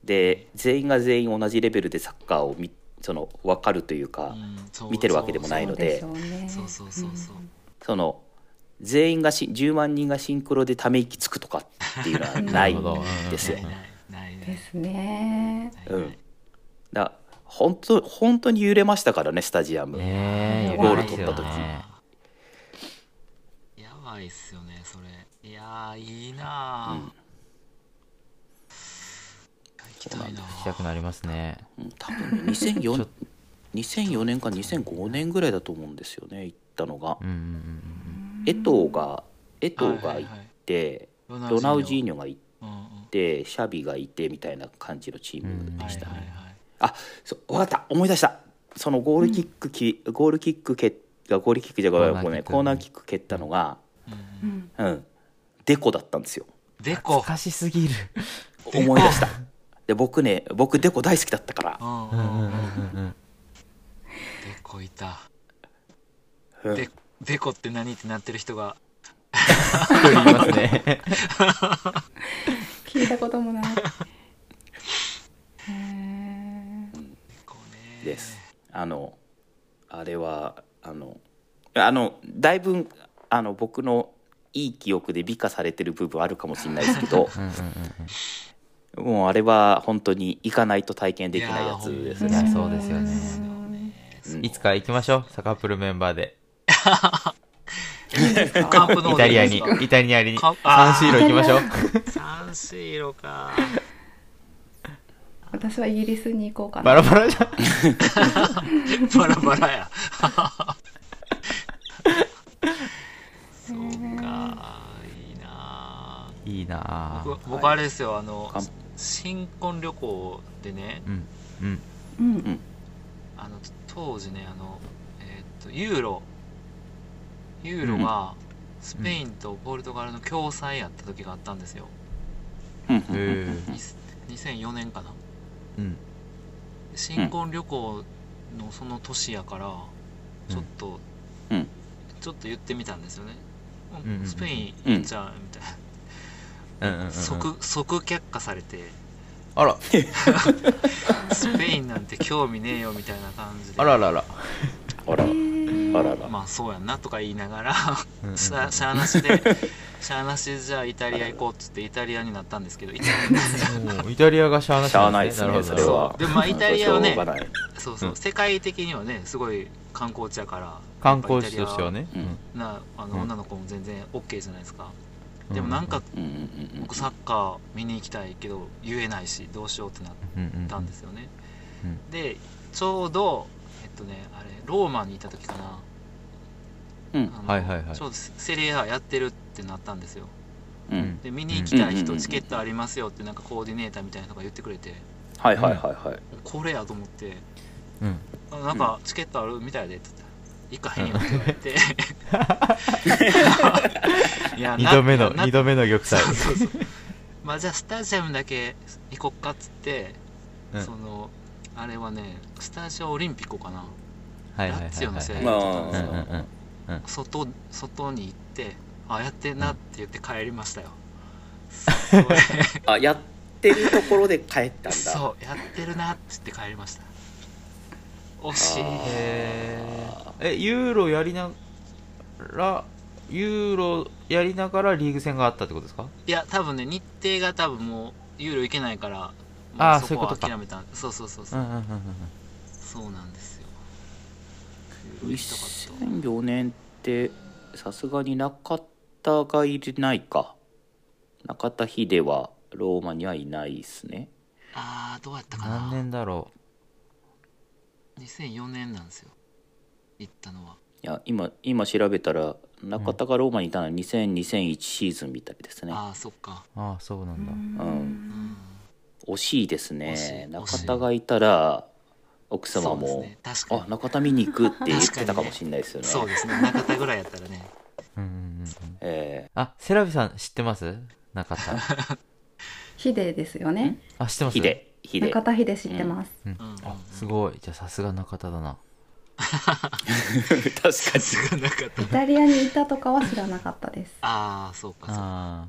[SPEAKER 1] で全員が全員同じレベルでサッカーを見その分かるという
[SPEAKER 2] う
[SPEAKER 1] か、
[SPEAKER 2] うんそう
[SPEAKER 1] 見てるわけでもない
[SPEAKER 4] そ
[SPEAKER 1] の
[SPEAKER 4] う
[SPEAKER 1] で
[SPEAKER 4] でしょうね
[SPEAKER 2] そうそうそうそう
[SPEAKER 1] その全員がし10万人がシンクロでため息つくとかっていうのはない
[SPEAKER 3] なるほど
[SPEAKER 1] ん
[SPEAKER 3] うん
[SPEAKER 1] ですよ
[SPEAKER 2] ない。ないないな
[SPEAKER 4] うん
[SPEAKER 2] い
[SPEAKER 4] ですね
[SPEAKER 2] ない
[SPEAKER 1] うんだ本当本当に揺れましたからねスタジアム、
[SPEAKER 3] ねえ
[SPEAKER 1] ゴール取った時
[SPEAKER 3] やばいですよね
[SPEAKER 2] やばいっすよねそれいやーいいなあ、
[SPEAKER 1] うん
[SPEAKER 2] 行きたいな
[SPEAKER 3] したくなりますね
[SPEAKER 1] うん多分 ね 2004, 2004年か2005年ぐらいだと思うんですよね行ったのが
[SPEAKER 3] うんうんうん
[SPEAKER 1] 江藤が江藤が
[SPEAKER 2] はい
[SPEAKER 1] 行
[SPEAKER 2] はいはい
[SPEAKER 1] って
[SPEAKER 2] ロ
[SPEAKER 1] ロナウジーニョが行っ
[SPEAKER 2] うんうん
[SPEAKER 1] てシャビがいてみたいな感じのチームで
[SPEAKER 2] はい
[SPEAKER 1] したね、
[SPEAKER 2] はい
[SPEAKER 1] あそう分かった思い出したそのゴールキックき、ゴールキック蹴っがゴールキックじゃごめんごめんコ
[SPEAKER 3] コ
[SPEAKER 1] ー
[SPEAKER 3] ー
[SPEAKER 1] ナ
[SPEAKER 3] ナ
[SPEAKER 1] ー
[SPEAKER 3] ー
[SPEAKER 1] キック蹴ったのが、
[SPEAKER 2] うんう
[SPEAKER 4] うんん
[SPEAKER 1] うん、デコだったんですよ
[SPEAKER 2] デ
[SPEAKER 3] うん
[SPEAKER 2] コ
[SPEAKER 3] 難しすぎる
[SPEAKER 2] デコ
[SPEAKER 1] 思い出したで僕ね僕デコ大好きだったから
[SPEAKER 2] う、んう
[SPEAKER 3] うんう
[SPEAKER 2] んう
[SPEAKER 3] んう
[SPEAKER 2] ん
[SPEAKER 3] んうん
[SPEAKER 2] デコいた
[SPEAKER 1] うん
[SPEAKER 2] デデコって何ってなってる人が
[SPEAKER 3] 人いますね
[SPEAKER 4] 聞いたこともないへえ
[SPEAKER 2] デコね
[SPEAKER 1] です。あのあれはあのあのだいぶあの僕のいい記憶で美化されてる部分あるかもしれないですけど
[SPEAKER 3] うんうんうん
[SPEAKER 1] もうあれは本当に行かないと体験できないやつ
[SPEAKER 2] いやー
[SPEAKER 1] です
[SPEAKER 3] いや
[SPEAKER 1] ね。
[SPEAKER 3] そうですよね
[SPEAKER 1] うん
[SPEAKER 3] いつか行きましょうサカップルメンバーで
[SPEAKER 2] カンプノ
[SPEAKER 3] イ
[SPEAKER 2] ーで
[SPEAKER 3] タ
[SPEAKER 2] いい
[SPEAKER 3] リア
[SPEAKER 2] です
[SPEAKER 3] に
[SPEAKER 2] か
[SPEAKER 3] イタリアに
[SPEAKER 2] か
[SPEAKER 3] サンシーロ行きましょ う
[SPEAKER 2] サンシーロか
[SPEAKER 4] 私はイギリスに行こうか
[SPEAKER 3] バ
[SPEAKER 4] な
[SPEAKER 3] ラバラじゃん
[SPEAKER 2] バラバラやそうかいいなあ
[SPEAKER 3] いいなぁ
[SPEAKER 2] 僕僕あれですよあの
[SPEAKER 1] かん
[SPEAKER 2] 新婚旅行でね
[SPEAKER 3] うんうん
[SPEAKER 4] うん
[SPEAKER 2] あの当時ねあの、えーっとユーロユーロがスペインとポルトガルの共催やった時があったんですよ、
[SPEAKER 1] うんうんうん
[SPEAKER 3] へ
[SPEAKER 2] に2004年かな
[SPEAKER 3] うん
[SPEAKER 2] 新婚旅行のその年やから、
[SPEAKER 3] うん
[SPEAKER 2] ちょっと、
[SPEAKER 1] うん
[SPEAKER 2] ちょっと言ってみたんですよね、
[SPEAKER 3] うんうんうん
[SPEAKER 2] スペイン行っちゃうみたいな、
[SPEAKER 3] うんうんうんうん
[SPEAKER 2] 即即却下されて
[SPEAKER 3] あら
[SPEAKER 2] スペインなんて興味ねえよみたいな感じで
[SPEAKER 3] あらあらあら
[SPEAKER 1] あらあらら。
[SPEAKER 2] まあそうやんなとか言いながら
[SPEAKER 3] うんうんうん
[SPEAKER 2] しゃしゃあなし でしゃあなしじゃあイタリア行こうっつってイタリアになったんですけ どイタリ
[SPEAKER 3] もうイタリアがしゃあなし
[SPEAKER 1] しゃあないです
[SPEAKER 3] なる
[SPEAKER 1] ね
[SPEAKER 3] ほ
[SPEAKER 1] そ
[SPEAKER 3] ど
[SPEAKER 1] れは。
[SPEAKER 2] でもまあイタリアはね
[SPEAKER 1] しょうがない
[SPEAKER 2] アそうそう、
[SPEAKER 3] うん
[SPEAKER 2] 世界的にはねすごい観光地やから
[SPEAKER 3] 観光地としてはね
[SPEAKER 1] うん
[SPEAKER 2] なあの、
[SPEAKER 3] うん
[SPEAKER 2] 女の子も全然 OK じゃないですか
[SPEAKER 3] う
[SPEAKER 2] でもなんか
[SPEAKER 1] うんうんうんうん
[SPEAKER 2] 僕サッカー見に行きたいけど言えないしどうしようってなっ
[SPEAKER 3] うんうんうん
[SPEAKER 2] たんですよね、
[SPEAKER 3] うん
[SPEAKER 2] でちょうどえっとねあれローマにいた時かな
[SPEAKER 1] うん
[SPEAKER 2] あの
[SPEAKER 3] はいはいはい
[SPEAKER 2] ちょうどセリエ A やってるってなったんですよ
[SPEAKER 1] うん
[SPEAKER 2] で見に行きたい
[SPEAKER 1] うんうんうんう
[SPEAKER 2] 人
[SPEAKER 1] ん
[SPEAKER 2] チケットありますよってなんかコーディネーターみたいな人が言ってくれて
[SPEAKER 1] はいはいはいはい。
[SPEAKER 2] これやと思って
[SPEAKER 3] うん
[SPEAKER 2] あなんかチケットあるみたいでって言ったら行かへんよって言われて いや
[SPEAKER 3] 二度目の
[SPEAKER 2] な
[SPEAKER 3] 二度目の玉砕
[SPEAKER 2] そうそうそうまあじゃあスタジアムだけ行こっかっつって、
[SPEAKER 3] うん
[SPEAKER 2] そのあれはねスタジオオリンピコかな
[SPEAKER 3] はいはいはい
[SPEAKER 2] ラッツィオの試合
[SPEAKER 3] は
[SPEAKER 2] やっ
[SPEAKER 3] い
[SPEAKER 2] てたんです
[SPEAKER 3] うんうん
[SPEAKER 2] よ
[SPEAKER 3] うん
[SPEAKER 2] 外外に行ってあやってんなって言って帰りました よ、それ
[SPEAKER 1] あやってるところで帰ったんだ。
[SPEAKER 2] そうやってるなって言って帰りました惜しい
[SPEAKER 3] へええユーロやりならユーロやりながらリーグ戦があったってことですか
[SPEAKER 2] いや多分ね日程が多分もうユーロ行けないからもう
[SPEAKER 3] あ
[SPEAKER 2] そ
[SPEAKER 3] ー
[SPEAKER 2] こ
[SPEAKER 3] そういうこ
[SPEAKER 2] は
[SPEAKER 3] とか
[SPEAKER 2] 諦めたそうそうそうそうう、
[SPEAKER 3] んうんうんうん
[SPEAKER 2] そうなんですよユーロ行きたかった
[SPEAKER 1] 2004年ってさすがに中田がいないか中田秀はローマにはいないですね
[SPEAKER 2] ああどうやったか
[SPEAKER 3] 何
[SPEAKER 2] な
[SPEAKER 3] 年だろ
[SPEAKER 2] 2004年なんですよ行ったのはい
[SPEAKER 1] や今今調べたら中田がローマにいたのは2000-2001シーズンみたいですね、
[SPEAKER 2] ああそっか
[SPEAKER 3] うああそうなんだ
[SPEAKER 1] うん
[SPEAKER 2] うん
[SPEAKER 1] 惜しいです
[SPEAKER 2] 惜しい
[SPEAKER 1] ね中
[SPEAKER 2] 惜しい
[SPEAKER 1] 田がいたら奥様
[SPEAKER 2] そうです
[SPEAKER 1] も、
[SPEAKER 2] ね確かに
[SPEAKER 1] あ中田見に行くって言ってたかもしれないですよね
[SPEAKER 2] そうですね中田ぐらいやったらね
[SPEAKER 3] うんうんうんうん
[SPEAKER 1] え
[SPEAKER 3] あセラビさん知ってますなかった
[SPEAKER 4] ヒデですよね
[SPEAKER 3] あ知ってま
[SPEAKER 1] ー、
[SPEAKER 3] す
[SPEAKER 1] 秀秀
[SPEAKER 4] 中田ヒデ知ってます
[SPEAKER 3] うん
[SPEAKER 2] うんうん
[SPEAKER 3] あすごいじゃあさすが中田だな
[SPEAKER 1] 確か
[SPEAKER 2] さすがなかった
[SPEAKER 4] イタリアにいたとかは知らなかったです
[SPEAKER 2] ああそうかそうか
[SPEAKER 3] あ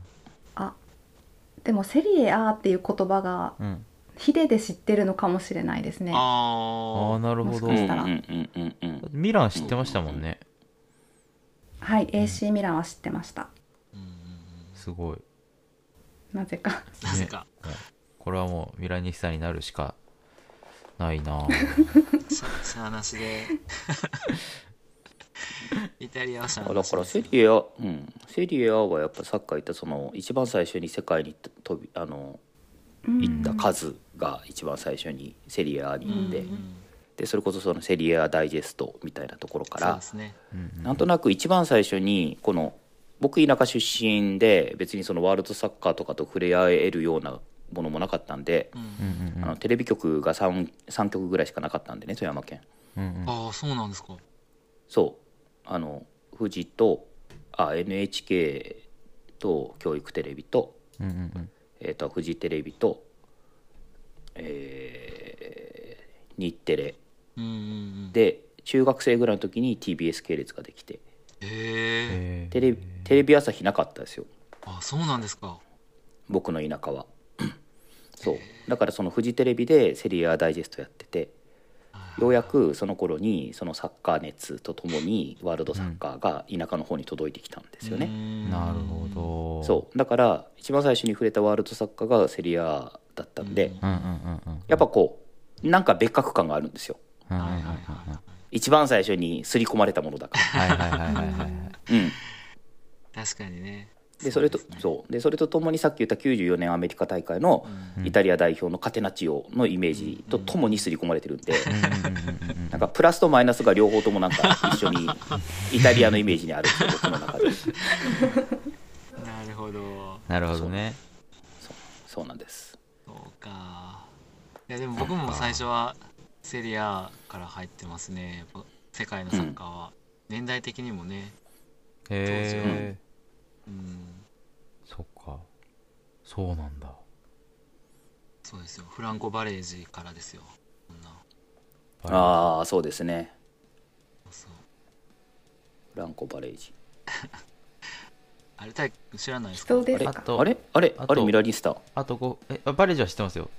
[SPEAKER 4] あでもセリエ A っていう言葉が
[SPEAKER 3] あうん
[SPEAKER 4] ヒデで知ってるのかもしれないですね
[SPEAKER 3] あ
[SPEAKER 2] あ
[SPEAKER 3] あ
[SPEAKER 2] あ
[SPEAKER 3] なるほど
[SPEAKER 4] も
[SPEAKER 1] に
[SPEAKER 4] しかしたら
[SPEAKER 1] うんうんうんうんうん
[SPEAKER 3] ミラン知ってましたもんね
[SPEAKER 4] はい AC ミランは知ってました
[SPEAKER 3] すごい
[SPEAKER 4] なぜか
[SPEAKER 2] なぜか
[SPEAKER 3] ねこれはもうミラニスタになるしかないなあ
[SPEAKER 2] ししゃあな しでイタリアはしゃあな
[SPEAKER 1] だ
[SPEAKER 2] し
[SPEAKER 1] からセ
[SPEAKER 2] で
[SPEAKER 1] リエ A、うん、セリエ A はやっぱサッカー行ったその一番最初に世界に飛びあの
[SPEAKER 4] うん
[SPEAKER 1] 行った数が一番最初にセリエ A に
[SPEAKER 2] う
[SPEAKER 1] 行っ
[SPEAKER 2] ん
[SPEAKER 1] て、
[SPEAKER 2] うん
[SPEAKER 1] でそれこそそのセリエ A ダイジェストみたいなところか
[SPEAKER 2] そう
[SPEAKER 1] ら
[SPEAKER 2] で、すね
[SPEAKER 3] うんうん
[SPEAKER 1] なんとなく一番最初にこの僕田舎出身で別にそのワールドサッカーとかと触れ合えるようなものもなかったんで、
[SPEAKER 2] う
[SPEAKER 3] うんんうん
[SPEAKER 1] あのテレビ局が 3, 3局ぐらいしかなかったんでね富山県
[SPEAKER 3] うんうん
[SPEAKER 2] ああそうなんですか
[SPEAKER 1] そうあの富士とあ NHK と教育テレビと,、
[SPEAKER 3] うんうんうん
[SPEAKER 1] えー、と富士テレビと、えー日テレ
[SPEAKER 2] うんうんうん
[SPEAKER 1] で中学生ぐらいの時に TBS 系列ができて
[SPEAKER 2] へえ
[SPEAKER 3] えー
[SPEAKER 1] テレビテレビ朝日なかったですよ
[SPEAKER 2] あそうなんですか
[SPEAKER 1] 僕の田舎はそうだからそのフジテレビでセリアダイジェストやっててようやくその頃にそのサッカー熱とともにワールドサッカーが田舎の方に届いてきたんですよね、
[SPEAKER 3] なるほど
[SPEAKER 1] そうだから一番最初に触れたワールドサッカーがセリアだったんで、
[SPEAKER 2] うん
[SPEAKER 3] うんうんうんうん
[SPEAKER 1] やっぱこうなんか別格感があるんですよ
[SPEAKER 3] うんうんうん
[SPEAKER 2] は
[SPEAKER 3] う
[SPEAKER 2] い
[SPEAKER 3] ん
[SPEAKER 2] はいはいはい
[SPEAKER 1] 一番最初に刷り込まれたものだか
[SPEAKER 3] はいはいはいはいはい
[SPEAKER 1] ら、うん、
[SPEAKER 2] 確かにね
[SPEAKER 1] でそれと
[SPEAKER 2] う
[SPEAKER 1] そう
[SPEAKER 2] す
[SPEAKER 1] で、
[SPEAKER 2] ね
[SPEAKER 1] それとともにさっき言った94年アメリカ大会の
[SPEAKER 2] うん
[SPEAKER 1] イタリア代表のカテナチオのイメージとともに刷り込まれてるんで、
[SPEAKER 3] うんうんうんうんうん
[SPEAKER 1] なんかプラスとマイナスが両方ともなんか一緒にイタリアのイメージにあるんですよ僕の中で
[SPEAKER 2] なるほど
[SPEAKER 3] なるほどね
[SPEAKER 1] そうなんです
[SPEAKER 2] そうかいやでも僕も最初はセリアから入ってますねやっぱ世界のサッカーは、年代的にもね
[SPEAKER 3] へえ
[SPEAKER 2] うん
[SPEAKER 3] そっかそうなんだ
[SPEAKER 2] そうですよフランコ・バレージからですよそんな
[SPEAKER 1] ああそうですね
[SPEAKER 2] そう
[SPEAKER 1] フランコ・バレージ
[SPEAKER 2] あれ大輝知らないですか
[SPEAKER 4] 人で
[SPEAKER 1] あれ
[SPEAKER 4] す
[SPEAKER 3] あ
[SPEAKER 4] か
[SPEAKER 3] と
[SPEAKER 1] あれあれ
[SPEAKER 3] あと
[SPEAKER 1] あれミラリスタ
[SPEAKER 3] あとこうえあバレージは知ってますよ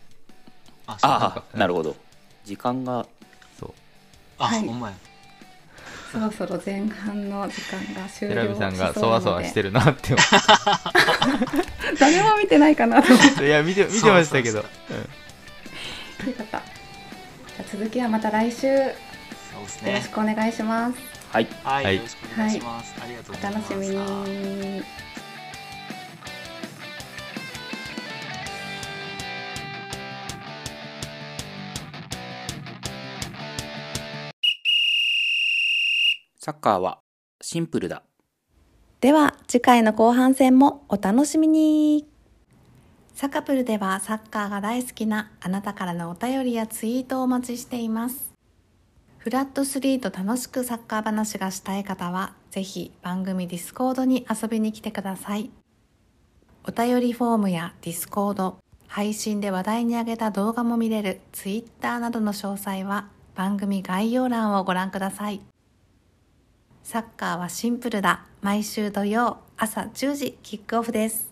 [SPEAKER 2] あ知らない
[SPEAKER 1] ああなるほど時間が
[SPEAKER 3] そう
[SPEAKER 2] あ、
[SPEAKER 4] はい
[SPEAKER 2] ほんまや
[SPEAKER 4] そろそろ前半の時間が終了
[SPEAKER 3] 寺
[SPEAKER 4] し
[SPEAKER 3] ビ
[SPEAKER 4] そうな
[SPEAKER 3] さ
[SPEAKER 4] の
[SPEAKER 3] ん
[SPEAKER 4] で
[SPEAKER 3] がそわそわしてるなって思
[SPEAKER 4] 誰も見てないかなと思っ
[SPEAKER 3] っていや見て見てましたけど
[SPEAKER 2] そう
[SPEAKER 4] てよかったじゃあ続きはまた来週よ
[SPEAKER 2] そうです
[SPEAKER 4] ろし
[SPEAKER 2] ね
[SPEAKER 4] くお願いします
[SPEAKER 1] はい
[SPEAKER 2] はい、
[SPEAKER 3] はい
[SPEAKER 2] よろしくお願いします、ありがとうご
[SPEAKER 4] お
[SPEAKER 2] ざいま
[SPEAKER 4] 楽
[SPEAKER 2] す
[SPEAKER 4] しみに
[SPEAKER 1] サッカーはシンプルだ
[SPEAKER 4] では次回の後半戦もお楽しみにサカプルではサッカーが大好きなあなたからのお便りやツイートをお待ちしていますフラット3と楽しくサッカー話がしたい方はぜひ番組ディスコードに遊びに来てくださいお便りフォームやディスコード配信で話題に上げた動画も見れるツイッターなどの詳細は番組概要欄をご覧くださいサッカーはシンプルだ。毎週土曜朝10時キックオフです。